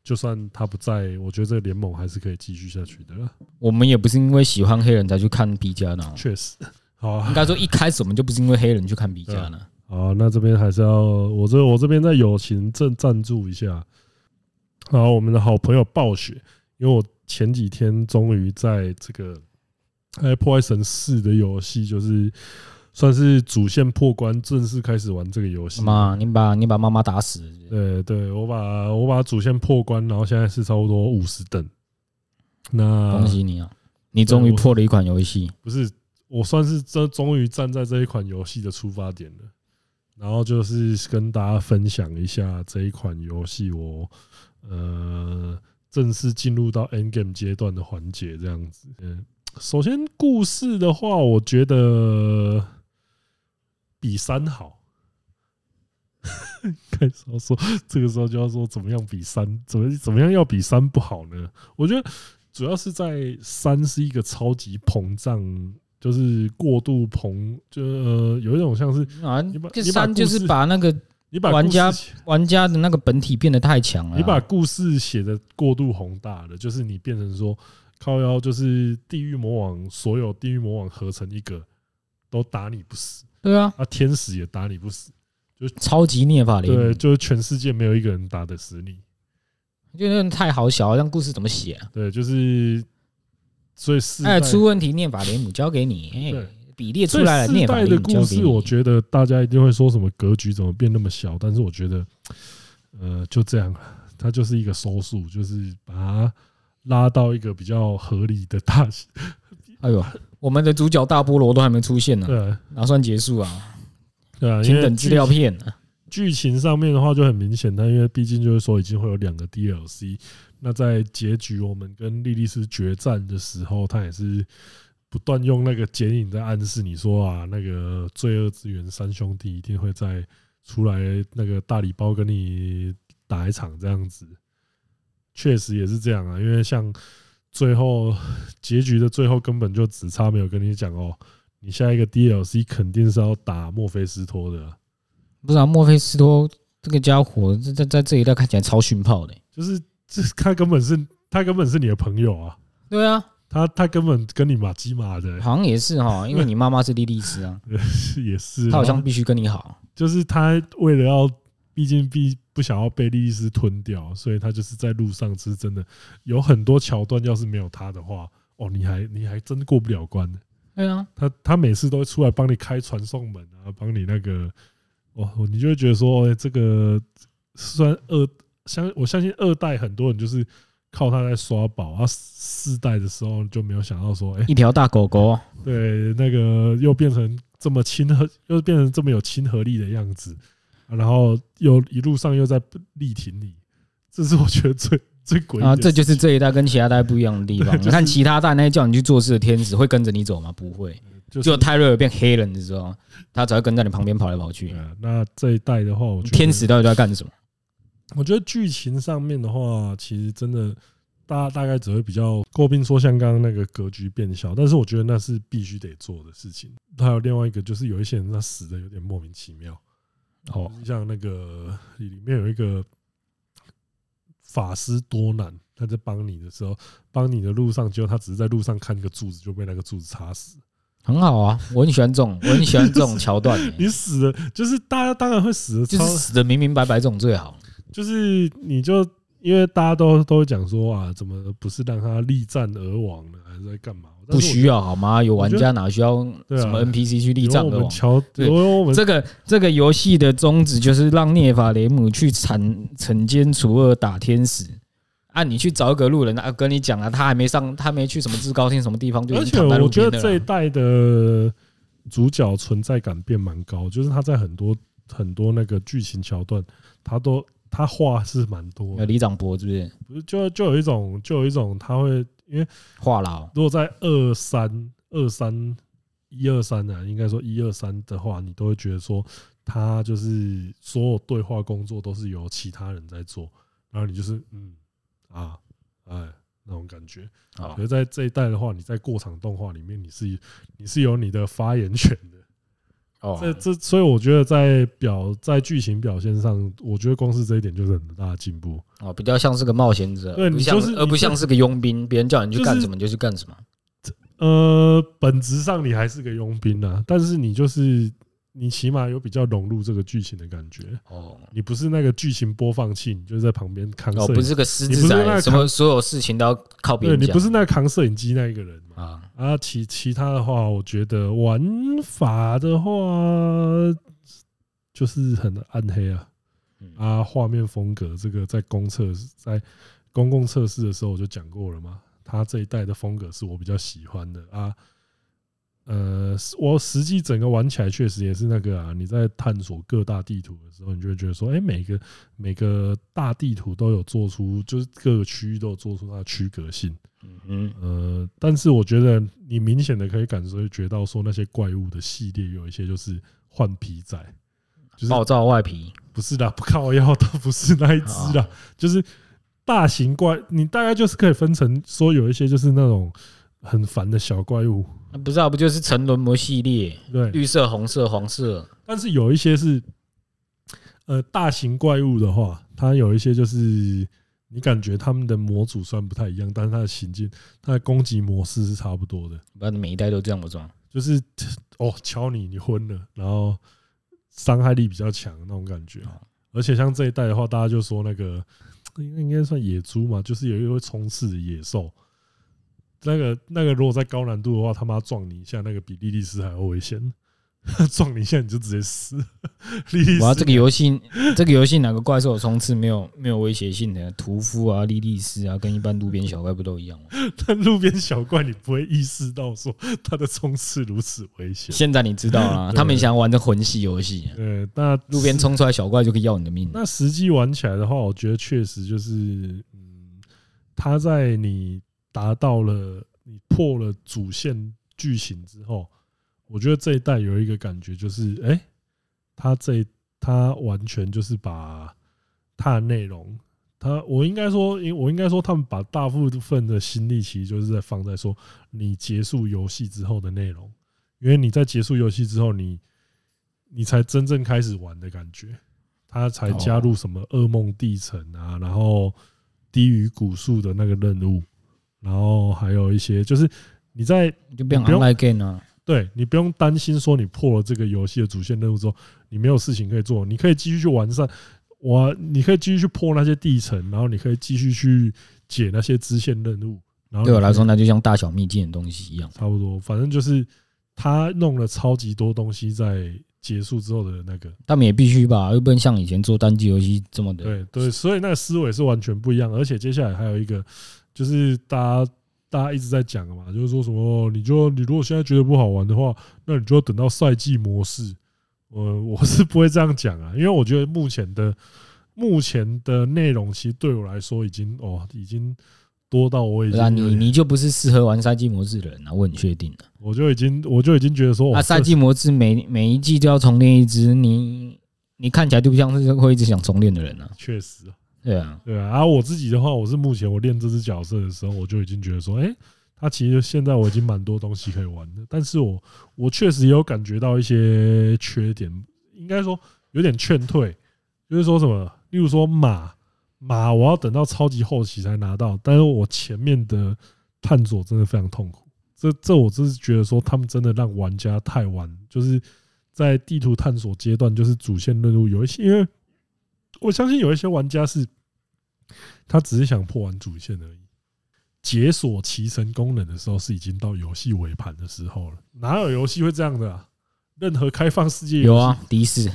[SPEAKER 1] 就算他不在，我觉得这个联盟还是可以继续下去的啦。
[SPEAKER 2] 我们也不是因为喜欢黑人才去看 B 加的啊、
[SPEAKER 1] 确实，好啊
[SPEAKER 2] 应该说一开始我们就不是因为黑人去看 B 加的。
[SPEAKER 1] 好啊，那这边还是要我这我这边在友情正赞助一下。好，我们的好朋友暴雪，因为我前几天终于在这个《哎破坏神四》的游戏，就是算是主线破关，正式开始玩这个游戏。
[SPEAKER 2] 妈，你把你把妈妈打死是不是
[SPEAKER 1] 啊对对，我把我把主线破关，然后现在是差不多五十等。那
[SPEAKER 2] 恭喜你啊！你终于破了一款游戏，
[SPEAKER 1] 不是我算是这终于站在这一款游戏的出发点了，然后就是跟大家分享一下这一款游戏我呃正式进入到 end game 阶段的环节这样子。嗯，首先故事的话，我觉得比三好。 开始要说，这个时候就要说怎么样比三，怎么怎么样要比三不好呢？我觉得主要是在三是一个超级膨胀，就是过度膨，就呃有一种像是
[SPEAKER 2] 啊
[SPEAKER 1] 你把，
[SPEAKER 2] 这
[SPEAKER 1] 你把
[SPEAKER 2] 三就
[SPEAKER 1] 故事
[SPEAKER 2] 是把那个
[SPEAKER 1] 你把故
[SPEAKER 2] 玩家
[SPEAKER 1] 事写
[SPEAKER 2] 玩家的那个本体变得太强了啊。
[SPEAKER 1] 你把故事写的过度宏大了，就是你变成说靠腰就是地狱魔王，所有地狱魔王合成一个都打你不死，
[SPEAKER 2] 对啊，
[SPEAKER 1] 啊天使也打你不死，
[SPEAKER 2] 超级涅法林，
[SPEAKER 1] 对，就是全世界没有一个人打得死你，
[SPEAKER 2] 就那种太好小了，让故事怎么写啊？
[SPEAKER 1] 对，就是所以世代
[SPEAKER 2] 哎，出问题念法雷姆交给你，
[SPEAKER 1] 对
[SPEAKER 2] 哎，比列出
[SPEAKER 1] 这
[SPEAKER 2] 来了，
[SPEAKER 1] 世
[SPEAKER 2] 念法
[SPEAKER 1] 代
[SPEAKER 2] 雷
[SPEAKER 1] 的
[SPEAKER 2] 姆
[SPEAKER 1] 故
[SPEAKER 2] 交给
[SPEAKER 1] 事，我
[SPEAKER 2] 你。
[SPEAKER 1] 觉得大家一定会说什么格局怎么变那么小，但是我觉得，呃，就这样了， 它就是一个收束，就是把它拉到一个比较合理的大小，
[SPEAKER 2] 哎呦，我们的主角大菠萝都还没出现呢，
[SPEAKER 1] 对
[SPEAKER 2] 哪算结束啊？
[SPEAKER 1] 对啊，因
[SPEAKER 2] 请
[SPEAKER 1] 为
[SPEAKER 2] 等资料片啊。
[SPEAKER 1] 剧情上面的话就很明显，但因为毕竟就是说已经会有两个 DLC，那在结局我们跟莉莉丝决战的时候，他也是不断用那个剪影在暗示你说啊，那个罪恶之源三兄弟一定会在出来那个大礼包跟你打一场这样子。确实也是这样啊，因为像最后结局的最后根本就只差没有跟你讲哦，你下一个 DLC 肯定是要打墨菲斯托的啊、
[SPEAKER 2] 不知道墨菲斯托这个家伙在在在这一代看起来超逊炮的、
[SPEAKER 1] 就是这他根本是他根本是你的朋友啊，
[SPEAKER 2] 对啊，
[SPEAKER 1] 他他根本跟你马鸡马的、
[SPEAKER 2] 好像也是哈，因为你妈妈是莉莉丝啊，
[SPEAKER 1] 也是，
[SPEAKER 2] 她好像
[SPEAKER 1] 然后
[SPEAKER 2] 必须跟你好。
[SPEAKER 1] 就是他为了要，毕竟必不想要被莉莉丝吞掉，所以他就是在路上是真的有很多桥段，要是没有他的话，哦，你还你还真过不了关呢。
[SPEAKER 2] 对啊，
[SPEAKER 1] 他他每次都会出来帮你开传送门啊，帮你那个，哦，你就会觉得说，哎，这个虽然二相我相信二代很多人就是靠他在刷宝啊，四代的时候就没有想到说，哎，
[SPEAKER 2] 一条大狗狗，
[SPEAKER 1] 对，那个又变成这么亲和，又变成这么有亲和力的样子，啊然后又一路上又在力挺你，这是我觉得最最诡异的
[SPEAKER 2] 啊，
[SPEAKER 1] 事
[SPEAKER 2] 这就是
[SPEAKER 1] 情
[SPEAKER 2] 这一代跟其他代不一样的地方。你看其他代那些叫你去做事的天使会跟着你走吗？不会，
[SPEAKER 1] 嗯就
[SPEAKER 2] 只有
[SPEAKER 1] 是
[SPEAKER 2] 泰瑞尔变黑人的时候，他才会跟在你旁边跑来跑去
[SPEAKER 1] 对。啊那这一代的话，我觉得
[SPEAKER 2] 天使，到底在干什么？
[SPEAKER 1] 我觉得剧情上面的话，其实真的大家大概只会比较诟病说，像刚刚那个格局变小，但是我觉得那是必须得做的事情。还有另外一个就是有一些人他死的有点莫名其妙。
[SPEAKER 2] 哦，
[SPEAKER 1] 像那个里面有一个法师多难，他在帮你的时候，帮你的路上，结果他只是在路上看一个柱子，就被那个柱子插死。
[SPEAKER 2] 很好啊，我很喜欢 这种，我很喜欢这种桥段、欸，
[SPEAKER 1] 你死了，就是大家当然会死的
[SPEAKER 2] 就
[SPEAKER 1] 超，
[SPEAKER 2] 是死的明明白白，这种最好。
[SPEAKER 1] 就是你就因为大家都都会讲说啊，怎么不是让他力战而亡呢，还是在干嘛？
[SPEAKER 2] 不需要好吗？有玩家哪需要
[SPEAKER 1] 对啊
[SPEAKER 2] 什么 NPC 去立
[SPEAKER 1] 力
[SPEAKER 2] 战
[SPEAKER 1] 我
[SPEAKER 2] 的
[SPEAKER 1] 们
[SPEAKER 2] 网？
[SPEAKER 1] 乔，
[SPEAKER 2] 对
[SPEAKER 1] 有我们
[SPEAKER 2] 这个这个游戏的宗旨就是让涅法雷姆去铲惩奸除恶打天使啊！你去找一个路人啊，跟你讲啊，他还没上，他没去什么至高天什么地方，就
[SPEAKER 1] 而
[SPEAKER 2] 已经
[SPEAKER 1] 且
[SPEAKER 2] 躺在
[SPEAKER 1] 我
[SPEAKER 2] 路
[SPEAKER 1] 觉
[SPEAKER 2] 边
[SPEAKER 1] 得
[SPEAKER 2] 的
[SPEAKER 1] 这一
[SPEAKER 2] 了。
[SPEAKER 1] 代的主角存在感变蛮高，就是他在很多很多那个剧情桥段，他都他话是蛮多
[SPEAKER 2] 有
[SPEAKER 1] 的，
[SPEAKER 2] 李长博是不是
[SPEAKER 1] 不是就就有一种就有一种他会，因为
[SPEAKER 2] 话痨？
[SPEAKER 1] 如果在二三二三一二三啊，应该说一二三的话，你都会觉得说他就是所有对话工作都是由其他人在做，然后你就是嗯啊哎那种感觉。
[SPEAKER 2] 好
[SPEAKER 1] 可，是在这一代的话，你在过场动画里面，你是你是有你的发言权的。这
[SPEAKER 2] 哦，
[SPEAKER 1] 这，所以我觉得在表在剧情表现上，我觉得光是这一点就是很大的进步。
[SPEAKER 2] 哦，比较像是个冒险者，
[SPEAKER 1] 对
[SPEAKER 2] 不
[SPEAKER 1] 你
[SPEAKER 2] 像
[SPEAKER 1] 就是
[SPEAKER 2] 而不像是个佣兵，别人叫你去干什么你就去干什么。
[SPEAKER 1] 呃，本质上你还是个佣兵啊，但是你就是你起码有比较融入这个剧情的感觉。
[SPEAKER 2] 哦
[SPEAKER 1] 你不是那个剧情播放器，你就是在旁边扛
[SPEAKER 2] 哦，
[SPEAKER 1] 摄
[SPEAKER 2] 不
[SPEAKER 1] 影，
[SPEAKER 2] 是个狮
[SPEAKER 1] 你
[SPEAKER 2] 子
[SPEAKER 1] 不是那
[SPEAKER 2] 仔，
[SPEAKER 1] 个
[SPEAKER 2] 什么所有事情都要靠别
[SPEAKER 1] 对
[SPEAKER 2] 人
[SPEAKER 1] 你
[SPEAKER 2] 讲
[SPEAKER 1] 不是那个扛摄影机那一个人嘛。
[SPEAKER 2] 啊。
[SPEAKER 1] 啊，其其他的话，我觉得玩法的话就是很暗黑啊
[SPEAKER 2] 嗯，
[SPEAKER 1] 啊，画面风格这个在公测在公共测试的时候我就讲过了嘛，它这一代的风格是我比较喜欢的啊。呃，我实际整个玩起来确实也是那个啊，你在探索各大地图的时候，你就会觉得说，哎、每个每个大地图都有做出，就是各个区域都有做出它的区隔性。
[SPEAKER 2] 嗯嗯，
[SPEAKER 1] 呃，但是我觉得你明显的可以感受觉到说那些怪物的系列有一些就是换皮仔，就是
[SPEAKER 2] 嗯暴躁外皮，
[SPEAKER 1] 不是啦， 不靠腰的不是那一只啦，就是大型怪，你大概就是可以分成说有一些就是那种很烦的小怪物，
[SPEAKER 2] 那不知道不就是沉沦魔系列？
[SPEAKER 1] 对，
[SPEAKER 2] 绿色、红色、黄色，
[SPEAKER 1] 但是有一些是呃大型怪物的话，它有一些就是。你感觉他们的模组虽然不太一样，但是它的行进、它的攻击模式是差不多的。
[SPEAKER 2] 不然每一代都这样不装。
[SPEAKER 1] 就是哦，敲你你昏了，然后伤害力比较强那种感觉
[SPEAKER 2] 哦。
[SPEAKER 1] 而且像这一代的话，大家就说那个应该应该算野猪嘛，就是有一个会冲刺的野兽。那个那个，如果在高难度的话，他妈撞你一下，那个比莉莉丝还要危险。 撞你一下你就直接死。莉莉
[SPEAKER 2] 我要
[SPEAKER 1] 丝
[SPEAKER 2] 这个游 戏，这个游戏哪个怪兽有冲刺没有没有威胁性的？屠夫啊、莉莉丝啊，跟一般路边小怪不都一样吗？
[SPEAKER 1] 但路边小怪，你不会意识到说它的冲刺如此危 险。
[SPEAKER 2] 现在你知道啦，
[SPEAKER 1] 对
[SPEAKER 2] 他们想玩的魂系游戏，
[SPEAKER 1] 呃，那
[SPEAKER 2] 路边冲出来小怪就可以要你的命。
[SPEAKER 1] 那实际玩起来的话，我觉得确实就是，嗯，它在你达到了你破了主线剧情之后，我觉得这一代有一个感觉就是，哎、它这它完全就是把它的内容，它我应该说，因我应该说，他们把大部分的心力其实就是在放在说你结束游戏之后的内容。因为你在结束游戏之后，你你才真正开始玩的感觉。他才加入什么噩梦地城啊，然后低于古树的那个任务，然后还有一些就是你在
[SPEAKER 2] 就变
[SPEAKER 1] 你不用
[SPEAKER 2] online game 啊。
[SPEAKER 1] 对你不用担心说你破了这个游戏的主线任务之后，你没有事情可以做，你可以继续去完善我，你可以继续去破那些地层，然后你可以继续去解那些支线任务。然后
[SPEAKER 2] 对我啊来说，
[SPEAKER 1] 呢，
[SPEAKER 2] 那就像大小秘境的东西一样。
[SPEAKER 1] 差不多，反正就是他弄了超级多东西在结束之后的那个，
[SPEAKER 2] 他们也必须吧，又不能像以前做单机游戏这么的。
[SPEAKER 1] 对对，所以那个思维是完全不一样。而且接下来还有一个，就是大家大家一直在讲的嘛，就是说什么，哦你就你如果现在觉得不好玩的话，那你就要等到赛季模式。呃，我是不会这样讲啊，因为我觉得目前的目前的内容，其实对我来说已经哦，已经多到我已
[SPEAKER 2] 对啊，
[SPEAKER 1] 经有
[SPEAKER 2] 你
[SPEAKER 1] 点，
[SPEAKER 2] 你就不是适合玩赛季模式的人啊，我很确定的。
[SPEAKER 1] 我就已经我就已经觉得说，哦
[SPEAKER 2] 那赛季模式每每一季都要重练一只，你你看起来就不像是会一直想重练的人啊。
[SPEAKER 1] 这确实啊
[SPEAKER 2] 对啊，
[SPEAKER 1] 对啊，啊，我自己的话，我是目前我练这只角色的时候，我就已经觉得说，哎、他其实现在我已经蛮多东西可以玩的，但是我我确实也有感觉到一些缺点，应该说有点劝退，就是说什么，例如说马马，我要等到超级后期才拿到，但是我前面的探索真的非常痛苦，这这我真是觉得说他们真的让玩家太晚，就是在地图探索阶段，就是主线任务有一些，因为我相信有一些玩家是他只是想破完主线而已。解锁骑乘功能的时候是已经到游戏尾盘的时候了，哪有游戏会这样的、啊？任何开放世界游戏
[SPEAKER 2] 有啊，的士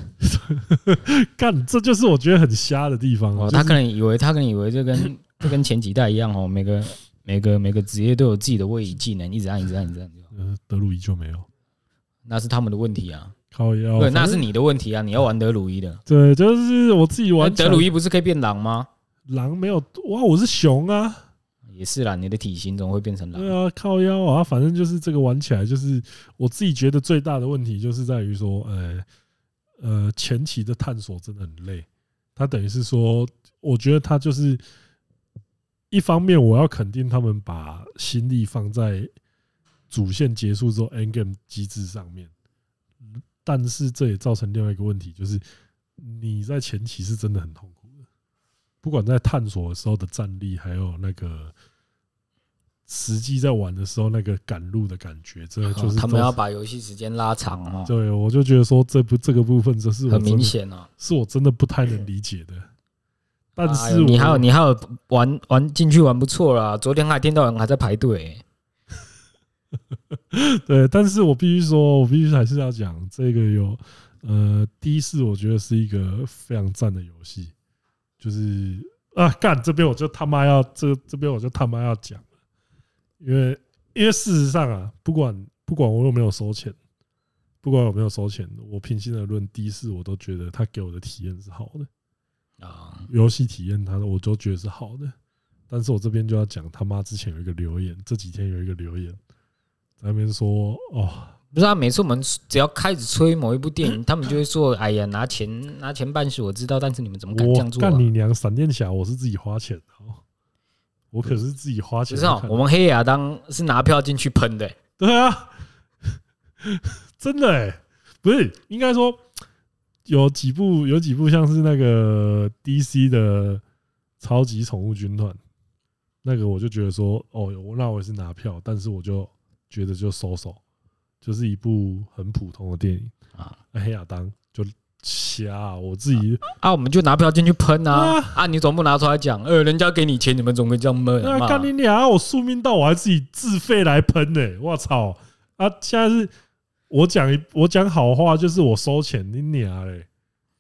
[SPEAKER 1] 干，这就是我觉得很瞎的地方啊。
[SPEAKER 2] 哦，
[SPEAKER 1] 就是
[SPEAKER 2] 他可能以为他可能以为这跟这跟前几代一样哦，每个每个每个职业都有自己的位移技能，一直按一直按一直按，
[SPEAKER 1] 呃，德鲁伊就没有，
[SPEAKER 2] 那是他们的问题啊，
[SPEAKER 1] 靠腰，
[SPEAKER 2] 对，
[SPEAKER 1] 哦反正
[SPEAKER 2] 那是你的问题啊，你要玩德鲁伊的，
[SPEAKER 1] 对，就是我自己玩
[SPEAKER 2] 德鲁伊不是可以变狼吗？
[SPEAKER 1] 狼没有哇，我是熊啊，
[SPEAKER 2] 也是啦，你的体型怎么会变成狼？
[SPEAKER 1] 对啊，靠腰啊，反正就是这个玩起来，就是我自己觉得最大的问题就是在于说，呃呃，前期的探索真的很累，它等于是说，我觉得它就是一方面我要肯定他们把心力放在主线结束之后 end game 机制上面，但是这也造成另外一个问题，就是你在前期是真的很痛苦的，不管在探索的时候的战力，还有那个实际在玩的时候那个赶路的感觉，真的啊就是
[SPEAKER 2] 哦他们
[SPEAKER 1] 造
[SPEAKER 2] 要把游戏时间拉长哦，
[SPEAKER 1] 对，我就觉得说这不这个部分，这是我
[SPEAKER 2] 很明
[SPEAKER 1] 真的
[SPEAKER 2] 显哦。
[SPEAKER 1] 是我真的不太能理解的。但
[SPEAKER 2] 哎
[SPEAKER 1] 是
[SPEAKER 2] 呦
[SPEAKER 1] 我
[SPEAKER 2] 你还有你还有玩玩进去玩不错啦，昨天还听到人还在排队欸、
[SPEAKER 1] 对，但是我必须说，我必须还是要讲这个有呃，第一是我觉得是一个非常赞的游戏，就是啊，干这边我就他妈要这这边我就他妈要讲，因为因为事实上啊，不管不管我有没有收钱，不管有没有收钱，我平心而论，第一是我都觉得他给我的体验是好的。
[SPEAKER 2] 啊，
[SPEAKER 1] 游戏体验它的，我都觉得是好的。但是我这边就要讲他妈之前有一个留言，这几天有一个留言在那边说哦，
[SPEAKER 2] 不是啊，每次我们只要开始吹某一部电 影，他们就会说：“哎呀，拿钱拿钱办事，我知道，但是你们怎么敢这样
[SPEAKER 1] 我
[SPEAKER 2] 做、啊
[SPEAKER 1] 干你娘！闪电侠我是自己花钱的哦，我可是自己花？”
[SPEAKER 2] 不
[SPEAKER 1] 钱
[SPEAKER 2] 是
[SPEAKER 1] 去
[SPEAKER 2] 哦
[SPEAKER 1] 看。，
[SPEAKER 2] 我们黑亚当是拿票进去喷的欸、
[SPEAKER 1] 对啊， 真的哎、不是应该说有几部有几部像是那个 DC 的超级宠物军团，那个我就觉得说哦，我那我也是拿票，但是我就觉得就收手，就是一部很普通的电影
[SPEAKER 2] 啊
[SPEAKER 1] 啊，黑亚当就瞎，我自己
[SPEAKER 2] 啊，我们就拿票进去喷啊
[SPEAKER 1] 啊
[SPEAKER 2] 啊！你总不拿出来讲，呃，人家给你钱，你们总会这样闷
[SPEAKER 1] 那
[SPEAKER 2] 嘛？
[SPEAKER 1] 啊干你娘！我宿命到我还自己自费来喷呢、我操！啊，现在是我讲一我讲好话，就是我收钱你娘嘞！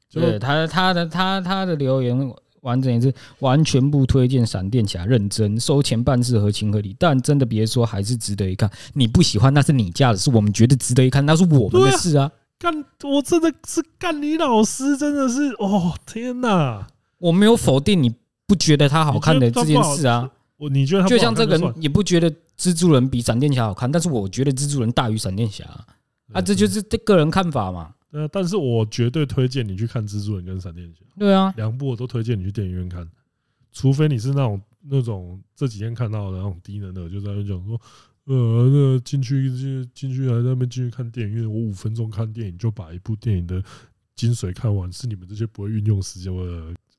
[SPEAKER 1] 就
[SPEAKER 2] 对他他的他他的留言完整也是完全不推荐闪电侠，认真收钱办事合情合理，但真的别说还是值得一看。你不喜欢那是你家的事，我们觉得值得一看那是我们
[SPEAKER 1] 对
[SPEAKER 2] 的
[SPEAKER 1] 啊
[SPEAKER 2] 事啊。
[SPEAKER 1] 干，我真的是干你老师，真的是哦天哪！
[SPEAKER 2] 我没有否定你不觉得它好看的这件事啊，
[SPEAKER 1] 我你觉得他
[SPEAKER 2] 就
[SPEAKER 1] 不好
[SPEAKER 2] 像
[SPEAKER 1] 看
[SPEAKER 2] 这个
[SPEAKER 1] 算
[SPEAKER 2] 人也不觉得蜘蛛人比闪电侠好看，但是我觉得蜘蛛人大于闪电侠啊啊，这就是这个人看法嘛。
[SPEAKER 1] 呃，但是我绝对推荐你去看《蜘蛛人》跟《闪电侠》
[SPEAKER 2] 对啊，
[SPEAKER 1] 两部，我都推荐你去电影院看，除非你是那种那种这几天看到的那种低能的，就在那边讲说。呃，那进去进进去还在那边进去看电影院，我五分钟看电影就把一部电影的精髓看完，是你们这些不会运用时间。我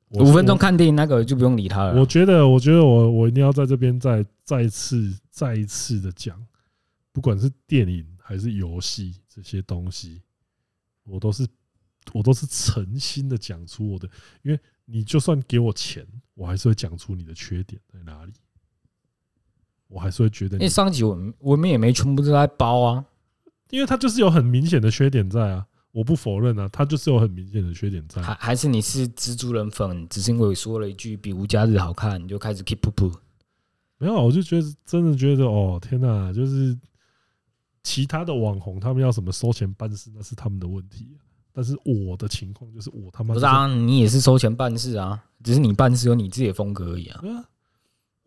[SPEAKER 1] 我
[SPEAKER 2] 五分钟看电影那个就不用理他了
[SPEAKER 1] 我
[SPEAKER 2] 啦。
[SPEAKER 1] 觉得，我觉得我我一定要在这边再再次再一次的讲，不管是电影还是游戏这些东西，我都是我都是诚心的讲出我的，因为你就算给我钱，我还是会讲出你的缺点在哪里，我还是会觉得
[SPEAKER 2] 因
[SPEAKER 1] 你
[SPEAKER 2] 为，上集我们我们也没全部都在包啊，
[SPEAKER 1] 因为他就是有很明显的缺点在啊，我不否认啊，他就是有很明显的缺点在。啊
[SPEAKER 2] 还还是你是蜘蛛人粉，只是因为我说了一句比无家日好看，你就开始 keep up。
[SPEAKER 1] 没有，啊我就觉得真的觉得哦，天哪，就是其他的网红他们要什么收钱办事，那是他们的问题、啊但是我的情况就是我他妈
[SPEAKER 2] 不
[SPEAKER 1] 就是
[SPEAKER 2] 啊，你也是收钱办事啊，只是你办事有你自己的风格而已啊。
[SPEAKER 1] 啊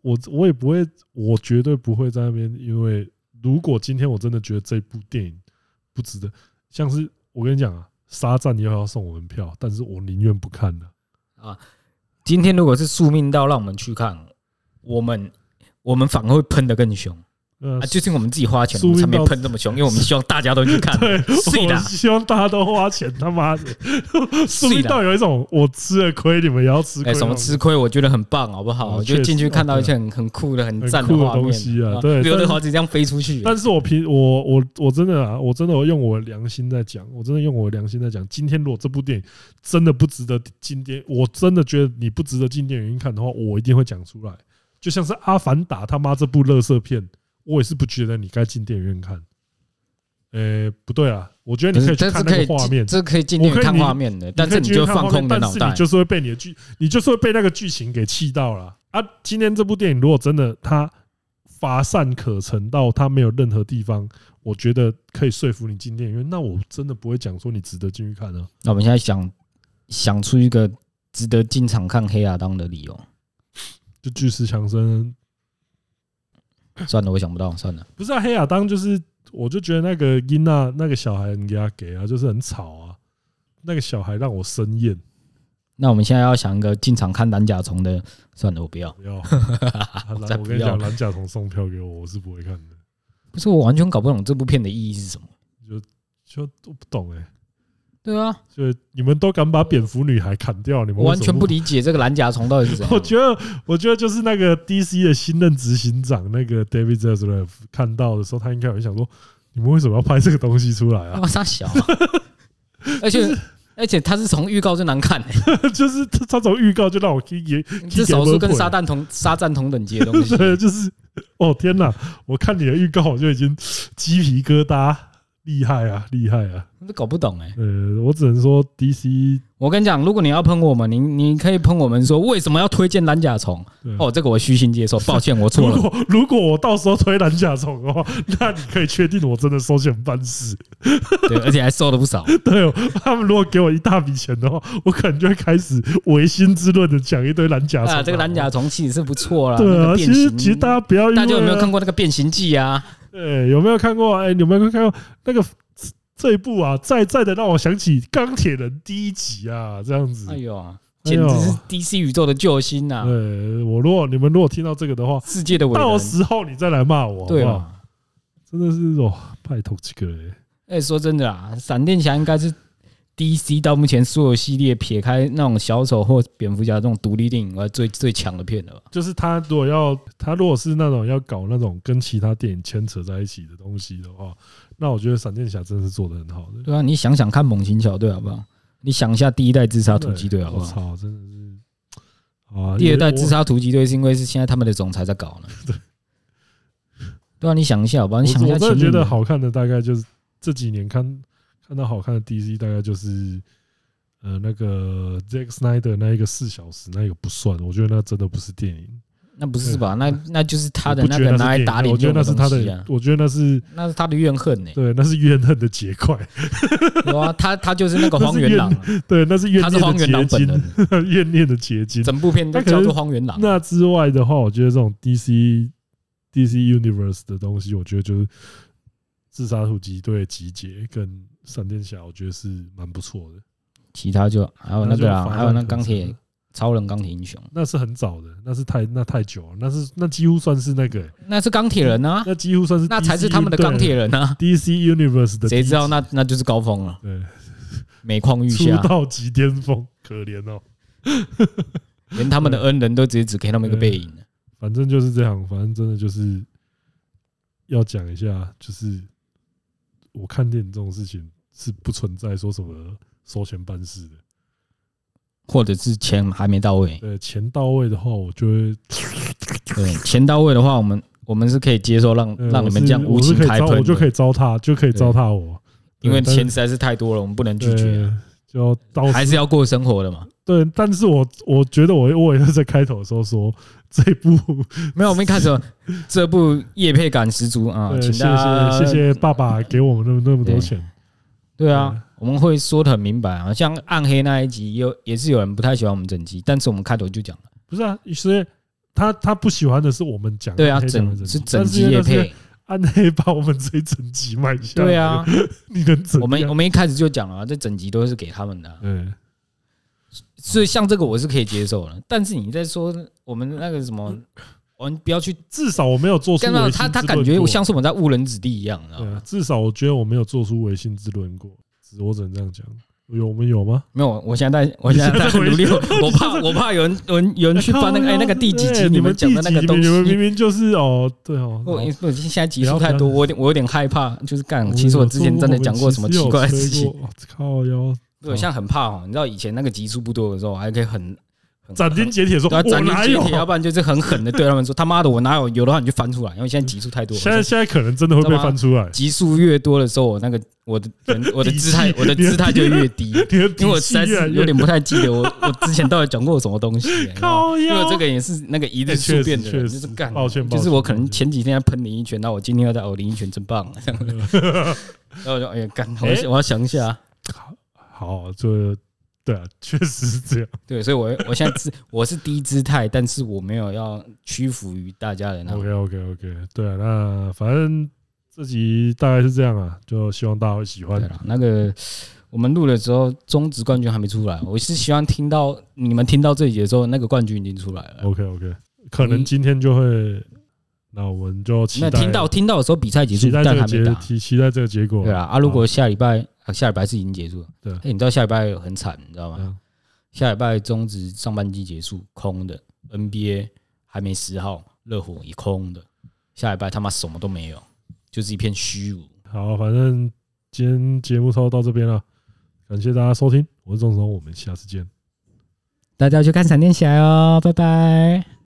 [SPEAKER 1] 我我也不会，我绝对不会在那边，因为如果今天我真的觉得这部电影不值得，像是我跟你讲啊，沙赞又要送我们票，但是我宁愿不看了。
[SPEAKER 2] 今天如果是宿命到让我们去看，我们我们反而会喷得更凶
[SPEAKER 1] 呃
[SPEAKER 2] 啊！，就是因为我们自己花钱，
[SPEAKER 1] 宿
[SPEAKER 2] 我
[SPEAKER 1] 命
[SPEAKER 2] 们
[SPEAKER 1] 到
[SPEAKER 2] 才没喷这么凶，因为我们希望大家都去 看。
[SPEAKER 1] 对，
[SPEAKER 2] 是
[SPEAKER 1] 我
[SPEAKER 2] 的，
[SPEAKER 1] 希望大家都花钱，他妈的，说不定到有一种我吃了亏，你们也要吃
[SPEAKER 2] 哎，
[SPEAKER 1] 亏。
[SPEAKER 2] 什么吃亏，我觉得很棒，好不
[SPEAKER 1] 嗯
[SPEAKER 2] 好？我就进
[SPEAKER 1] 确实
[SPEAKER 2] 去看到一
[SPEAKER 1] 对
[SPEAKER 2] 些很很酷的、很赞
[SPEAKER 1] 很酷的
[SPEAKER 2] 画面，
[SPEAKER 1] 东西啊
[SPEAKER 2] 好吧
[SPEAKER 1] 对
[SPEAKER 2] 刘
[SPEAKER 1] 但是
[SPEAKER 2] 德华直接这样飞出去，
[SPEAKER 1] 但是我平我我我真的啊，我真的我用我的良心在讲，我真的用我的良心在讲，今天如果这部电影真的不值得进电，我真的觉得你不值得进电影院看的话，我一定会讲出来。就像是《阿凡达》他妈这部垃圾片，我也是不觉得你该进电影院看。呃，不对啊，我觉得
[SPEAKER 2] 不
[SPEAKER 1] 你可
[SPEAKER 2] 是
[SPEAKER 1] 以去
[SPEAKER 2] 这是
[SPEAKER 1] 看
[SPEAKER 2] 可
[SPEAKER 1] 那
[SPEAKER 2] 以
[SPEAKER 1] 个画面
[SPEAKER 2] 进，这可以进电
[SPEAKER 1] 我
[SPEAKER 2] 影
[SPEAKER 1] 可以
[SPEAKER 2] 看
[SPEAKER 1] 你
[SPEAKER 2] 画面的，但是
[SPEAKER 1] 你可
[SPEAKER 2] 你
[SPEAKER 1] 以
[SPEAKER 2] 就
[SPEAKER 1] 去看画
[SPEAKER 2] 放
[SPEAKER 1] 面
[SPEAKER 2] 空你的脑
[SPEAKER 1] 但是
[SPEAKER 2] 袋
[SPEAKER 1] 你。就是会被你的剧，你就是会被那个剧情给气到了啊！今天这部电影如果真的它乏善可陈到它没有任何地方，我觉得可以说服你进电影院，那我真的不会讲说你值得进去看啊。
[SPEAKER 2] 那我们现在想想出一个值得进场看黑亚当的理由。
[SPEAKER 1] 就巨石强森
[SPEAKER 2] 算了，我想不到，算了。
[SPEAKER 1] 不是啊，黑亚当就是，我就觉得那个伊娜那个小孩你给他给啊，就是很吵啊，那个小孩让我生厌，
[SPEAKER 2] 那我们现在要想一个进场看蓝甲虫的，算了，我不要。
[SPEAKER 1] 不要。啊
[SPEAKER 2] 再
[SPEAKER 1] 蓝我
[SPEAKER 2] 不
[SPEAKER 1] 跟你
[SPEAKER 2] 要
[SPEAKER 1] 讲，蓝甲虫送票给我，我是不会看的。
[SPEAKER 2] 不是，我完全搞不懂这部片的意义是什么。
[SPEAKER 1] 就我不懂哎、
[SPEAKER 2] 对啊，
[SPEAKER 1] 就你们都敢把蝙蝠女孩砍掉，你们
[SPEAKER 2] 我完全不
[SPEAKER 1] 为
[SPEAKER 2] 理解这个蓝甲虫到底是怎
[SPEAKER 1] 什么 不。
[SPEAKER 2] 样
[SPEAKER 1] 我。觉得，我觉得就是那个 DC 的新任执行长那个 David Zaslav 看到的时候，他应该有想说，你们为什么要拍这个东西出来啊？
[SPEAKER 2] 哇，傻小啊、 而且而且他是从预告就难 看、欸，
[SPEAKER 1] 就是他他从预告就让我也
[SPEAKER 2] 这少数跟沙旦同沙赞同等级的东西。
[SPEAKER 1] 对，就是哦天哪！我看你的预告我就已经鸡皮疙瘩，厉害啊，厉害啊！
[SPEAKER 2] 我都搞不懂哎、
[SPEAKER 1] 呃，我只能说 DC
[SPEAKER 2] 我跟你讲，如果你要喷我们，你你可以喷我们说为什么要推荐蓝甲虫
[SPEAKER 1] 对？
[SPEAKER 2] 哦，这个我虚心 接受，抱歉，我错
[SPEAKER 1] 如
[SPEAKER 2] 了。
[SPEAKER 1] 果如果我到时候推蓝甲虫的话，那你可以确定我真的收钱办事。
[SPEAKER 2] 对，而且还瘦了 不少。
[SPEAKER 1] 对，哦他们如果给我一大笔钱的话，我可能就会开始唯心之论的讲一堆蓝甲虫。
[SPEAKER 2] 啊，这个蓝甲虫其实是不错啦。
[SPEAKER 1] 对
[SPEAKER 2] 那
[SPEAKER 1] 啊，
[SPEAKER 2] 个
[SPEAKER 1] 其
[SPEAKER 2] 变
[SPEAKER 1] 实
[SPEAKER 2] 形
[SPEAKER 1] 其实大家不要因为
[SPEAKER 2] 大家有没有看过那个《变形记》啊？
[SPEAKER 1] 对，有没有看过？哎，有没有看过那个这一部啊？再再的让我想起《钢铁人》第一集啊，这样子
[SPEAKER 2] 哎。呦，
[SPEAKER 1] 哎
[SPEAKER 2] 简
[SPEAKER 1] 呦
[SPEAKER 2] 直是 DC 宇宙的救星呐、啊！
[SPEAKER 1] 对，我如果你们如果听到这个的话，
[SPEAKER 2] 世界的伟
[SPEAKER 1] 到
[SPEAKER 2] 人，
[SPEAKER 1] 时候你再来骂我，
[SPEAKER 2] 对
[SPEAKER 1] 好不好？
[SPEAKER 2] 啊。
[SPEAKER 1] 真的是哦，拜托这个嘞，
[SPEAKER 2] 哎，说真的啊，闪电侠应该是 DC 到目前所有系列撇开那种小丑或蝙蝠侠这种独立电影以外最最强的片了吧？
[SPEAKER 1] 就是他如果要他如果是那种要搞那种跟其他电影牵扯在一起的东西的话，那我觉得闪电侠真的是做的很好的。
[SPEAKER 2] 对啊，你想想看《猛禽小队》好不好？你想一下第一代自杀突击队好不
[SPEAKER 1] 我
[SPEAKER 2] 好？
[SPEAKER 1] 操，真的是啊！
[SPEAKER 2] 第二代
[SPEAKER 1] 也
[SPEAKER 2] 自，杀突击队是因为是现在他们的总裁在搞 呢。对，对啊，你想一下好不好？
[SPEAKER 1] 我
[SPEAKER 2] 你想一
[SPEAKER 1] 我
[SPEAKER 2] 下
[SPEAKER 1] 我真的
[SPEAKER 2] 前
[SPEAKER 1] 觉得
[SPEAKER 2] 面，
[SPEAKER 1] 好看的大概就是这几年看看到好看的 DC 大概就是呃那个 Zack Snyder 那一个四小时那个不算，我觉得那真的不是电影，
[SPEAKER 2] 那不是吧？那那就是他的
[SPEAKER 1] 我不
[SPEAKER 2] 那
[SPEAKER 1] 觉
[SPEAKER 2] 个
[SPEAKER 1] 得
[SPEAKER 2] 拿
[SPEAKER 1] 那是
[SPEAKER 2] 来
[SPEAKER 1] 电影
[SPEAKER 2] 打脸
[SPEAKER 1] 我觉
[SPEAKER 2] 用
[SPEAKER 1] 得那
[SPEAKER 2] 的
[SPEAKER 1] 是
[SPEAKER 2] 东
[SPEAKER 1] 他
[SPEAKER 2] 西啊
[SPEAKER 1] 的，，我觉得那是
[SPEAKER 2] 那是他的怨恨呢、
[SPEAKER 1] 对，那是怨恨的结块，
[SPEAKER 2] 有啊，他他就是那个荒原狼啊，
[SPEAKER 1] 对，那是 怨
[SPEAKER 2] 他是荒原
[SPEAKER 1] 念
[SPEAKER 2] 狼
[SPEAKER 1] 的
[SPEAKER 2] 本
[SPEAKER 1] 结
[SPEAKER 2] 人
[SPEAKER 1] 晶，， 怨念的结晶。
[SPEAKER 2] 整部片都叫做荒原狼。
[SPEAKER 1] 那之外的话，我觉得这种 DC DC Universe 的东西，我觉得就是自杀突击队集结跟闪电侠，我觉得是蛮不错的。
[SPEAKER 2] 哦其他就还有那个
[SPEAKER 1] 然后就
[SPEAKER 2] 啦，
[SPEAKER 1] 反
[SPEAKER 2] 还有那
[SPEAKER 1] 战
[SPEAKER 2] 钢
[SPEAKER 1] 可
[SPEAKER 2] 铁
[SPEAKER 1] 能
[SPEAKER 2] 超人、钢铁英雄，
[SPEAKER 1] 那是很早的，那是太那太久了，那是那几乎算是那个、欸
[SPEAKER 2] 那是钢铁人啊，
[SPEAKER 1] 那几乎算是
[SPEAKER 2] 那才是他们的钢铁
[SPEAKER 1] 人
[SPEAKER 2] 人啊。
[SPEAKER 1] DC Universe 的第一
[SPEAKER 2] 谁
[SPEAKER 1] 集，
[SPEAKER 2] 知道那啊那就是高峰了，
[SPEAKER 1] 对
[SPEAKER 2] 每况愈下
[SPEAKER 1] 出，道即巅峰，可怜哦。
[SPEAKER 2] 连他们的恩人都直接只给他们一个背影
[SPEAKER 1] 嗯
[SPEAKER 2] 了。
[SPEAKER 1] 反正就是这样，反正真的就是要讲一下，就是我看电影这种事情是不存在说什么收钱办事的。
[SPEAKER 2] 或者是钱还没到位，
[SPEAKER 1] 对，呃钱到位的话，我就会
[SPEAKER 2] 对，钱到位的话，我们我们是可以接受让
[SPEAKER 1] 呃
[SPEAKER 2] 让
[SPEAKER 1] 我
[SPEAKER 2] 你
[SPEAKER 1] 是
[SPEAKER 2] 们这样无
[SPEAKER 1] 我是
[SPEAKER 2] 情
[SPEAKER 1] 可以
[SPEAKER 2] 开
[SPEAKER 1] 糟，
[SPEAKER 2] 喷的，
[SPEAKER 1] 我就可以糟蹋，就可以
[SPEAKER 2] 对
[SPEAKER 1] 糟蹋我，
[SPEAKER 2] 因为
[SPEAKER 1] 对
[SPEAKER 2] 钱实在是太多了，我们不能拒，绝啊，
[SPEAKER 1] 但对哦就到
[SPEAKER 2] 还是要过生活的 嘛。
[SPEAKER 1] 对，但是我我觉得我我也是在开头的时候说这一部，
[SPEAKER 2] 没有，我们一开 始这部夜配感十足啊，
[SPEAKER 1] 呃，
[SPEAKER 2] 请
[SPEAKER 1] 谢
[SPEAKER 2] 大家呃
[SPEAKER 1] 谢谢嗯谢爸爸给我们那么那么多
[SPEAKER 2] 对
[SPEAKER 1] 钱，
[SPEAKER 2] 对啊
[SPEAKER 1] 对，
[SPEAKER 2] 我们会说的很明白啊，像暗黑那一集，也有也是有人不太喜欢我们整集，但是我们开头就讲了，
[SPEAKER 1] 不是啊，所以他他不喜欢的是我们讲
[SPEAKER 2] 对啊，
[SPEAKER 1] 暗黑讲的
[SPEAKER 2] 整是
[SPEAKER 1] 集
[SPEAKER 2] 整
[SPEAKER 1] 但是
[SPEAKER 2] 集
[SPEAKER 1] 因为
[SPEAKER 2] 夜
[SPEAKER 1] 那是
[SPEAKER 2] 配，
[SPEAKER 1] 暗黑把我们这一整集买下，
[SPEAKER 2] 对，啊，
[SPEAKER 1] 你能怎样？
[SPEAKER 2] 我们我们一开始就讲了啊，这整集都是给他们的啊，
[SPEAKER 1] 嗯，
[SPEAKER 2] 所以像这个我是可以接受的，但是你在说我们那个什么，我们不要去
[SPEAKER 1] 至少嗯我没有做出
[SPEAKER 2] 干
[SPEAKER 1] 违
[SPEAKER 2] 嘛？
[SPEAKER 1] 心
[SPEAKER 2] 他他
[SPEAKER 1] 之
[SPEAKER 2] 感
[SPEAKER 1] 论
[SPEAKER 2] 觉
[SPEAKER 1] 过
[SPEAKER 2] 像是我们在误人子弟一样，你知道
[SPEAKER 1] 对啊
[SPEAKER 2] 吗？
[SPEAKER 1] 至少我觉得我没有做出违心之论过，只我只能这样讲。有我们有吗？
[SPEAKER 2] 没有，我现在在我现在 在努力，我怕我怕有人有人有人去翻那个哎那个第几集
[SPEAKER 1] 哎你
[SPEAKER 2] 们讲的那个
[SPEAKER 1] 第几
[SPEAKER 2] 东
[SPEAKER 1] 你们明
[SPEAKER 2] 西。
[SPEAKER 1] 明就是哦，对哦，
[SPEAKER 2] 我
[SPEAKER 1] 好
[SPEAKER 2] 不，现在集数太多，我有点我有点害怕，就是
[SPEAKER 1] 哦
[SPEAKER 2] 干。其实我之前真的讲过什么奇怪的事情，，
[SPEAKER 1] 靠腰，
[SPEAKER 2] 对，我现在很怕哦。你知道以前那个集数不多的时候，我还可以很很
[SPEAKER 1] 斩钉截铁说，
[SPEAKER 2] 对啊，
[SPEAKER 1] 我
[SPEAKER 2] 斩钉
[SPEAKER 1] 哪
[SPEAKER 2] 截
[SPEAKER 1] 有？
[SPEAKER 2] 铁，要不然就是很狠的对他们说：“他妈的，我哪有？有的话你就翻出来。”因为现在集数太多，
[SPEAKER 1] 现在现在可能真的会被翻出来，
[SPEAKER 2] 集数越多的时候，我那个我的 人我的姿态
[SPEAKER 1] 底气
[SPEAKER 2] 我的姿态就越低，
[SPEAKER 1] 因
[SPEAKER 2] 因为我实在是有点不太记得我我之前到底讲过什么 东西。你知道
[SPEAKER 1] 靠
[SPEAKER 2] 吗因为
[SPEAKER 1] 腰
[SPEAKER 2] 我这个也是那个一日数变的
[SPEAKER 1] 哎确
[SPEAKER 2] 人，
[SPEAKER 1] 实
[SPEAKER 2] 就是干，
[SPEAKER 1] 抱歉抱歉
[SPEAKER 2] 就是我可能前几天在喷你一拳，那我今天要再哦你一拳，真棒。这样然后我就哎呀干，我要
[SPEAKER 1] 哎
[SPEAKER 2] 我要想一下。啊
[SPEAKER 1] 好，这对啊，确实是这样。
[SPEAKER 2] 对，所以我我现在姿我是低姿态，但是我没有要屈服于大家的那种。
[SPEAKER 1] OK OK OK，对啊，那反正这集大概是这样啊，就希望大家会喜欢
[SPEAKER 2] 对。啊了，那个我们录的时候，中职冠军还没出来，我是希望听到你们听到这里的时候，那个冠军已经出来了。
[SPEAKER 1] OK OK，可能
[SPEAKER 2] 你
[SPEAKER 1] 今天就会，那我们就期
[SPEAKER 2] 嗯那
[SPEAKER 1] 待
[SPEAKER 2] 听到听到的时候，比赛结束
[SPEAKER 1] 期，待这
[SPEAKER 2] 但
[SPEAKER 1] 个
[SPEAKER 2] 还没
[SPEAKER 1] 结
[SPEAKER 2] 打。
[SPEAKER 1] 期期待这个结果。
[SPEAKER 2] 对啦，啊，如果下礼拜、啊、下礼拜是已经结束了，
[SPEAKER 1] 嗯对
[SPEAKER 2] 哎、你知道下礼拜很惨，你知道吗？
[SPEAKER 1] 嗯
[SPEAKER 2] 下礼拜中职上半季结束，空的，NBA 还没十号，热火也空的，下礼拜他妈什么都没有，就是一片虚无。
[SPEAKER 1] 好，反正今天节目差不多到这边了，感谢大家收听，我是钟总，我们下次见。
[SPEAKER 2] 大家去看闪电侠哦，拜拜。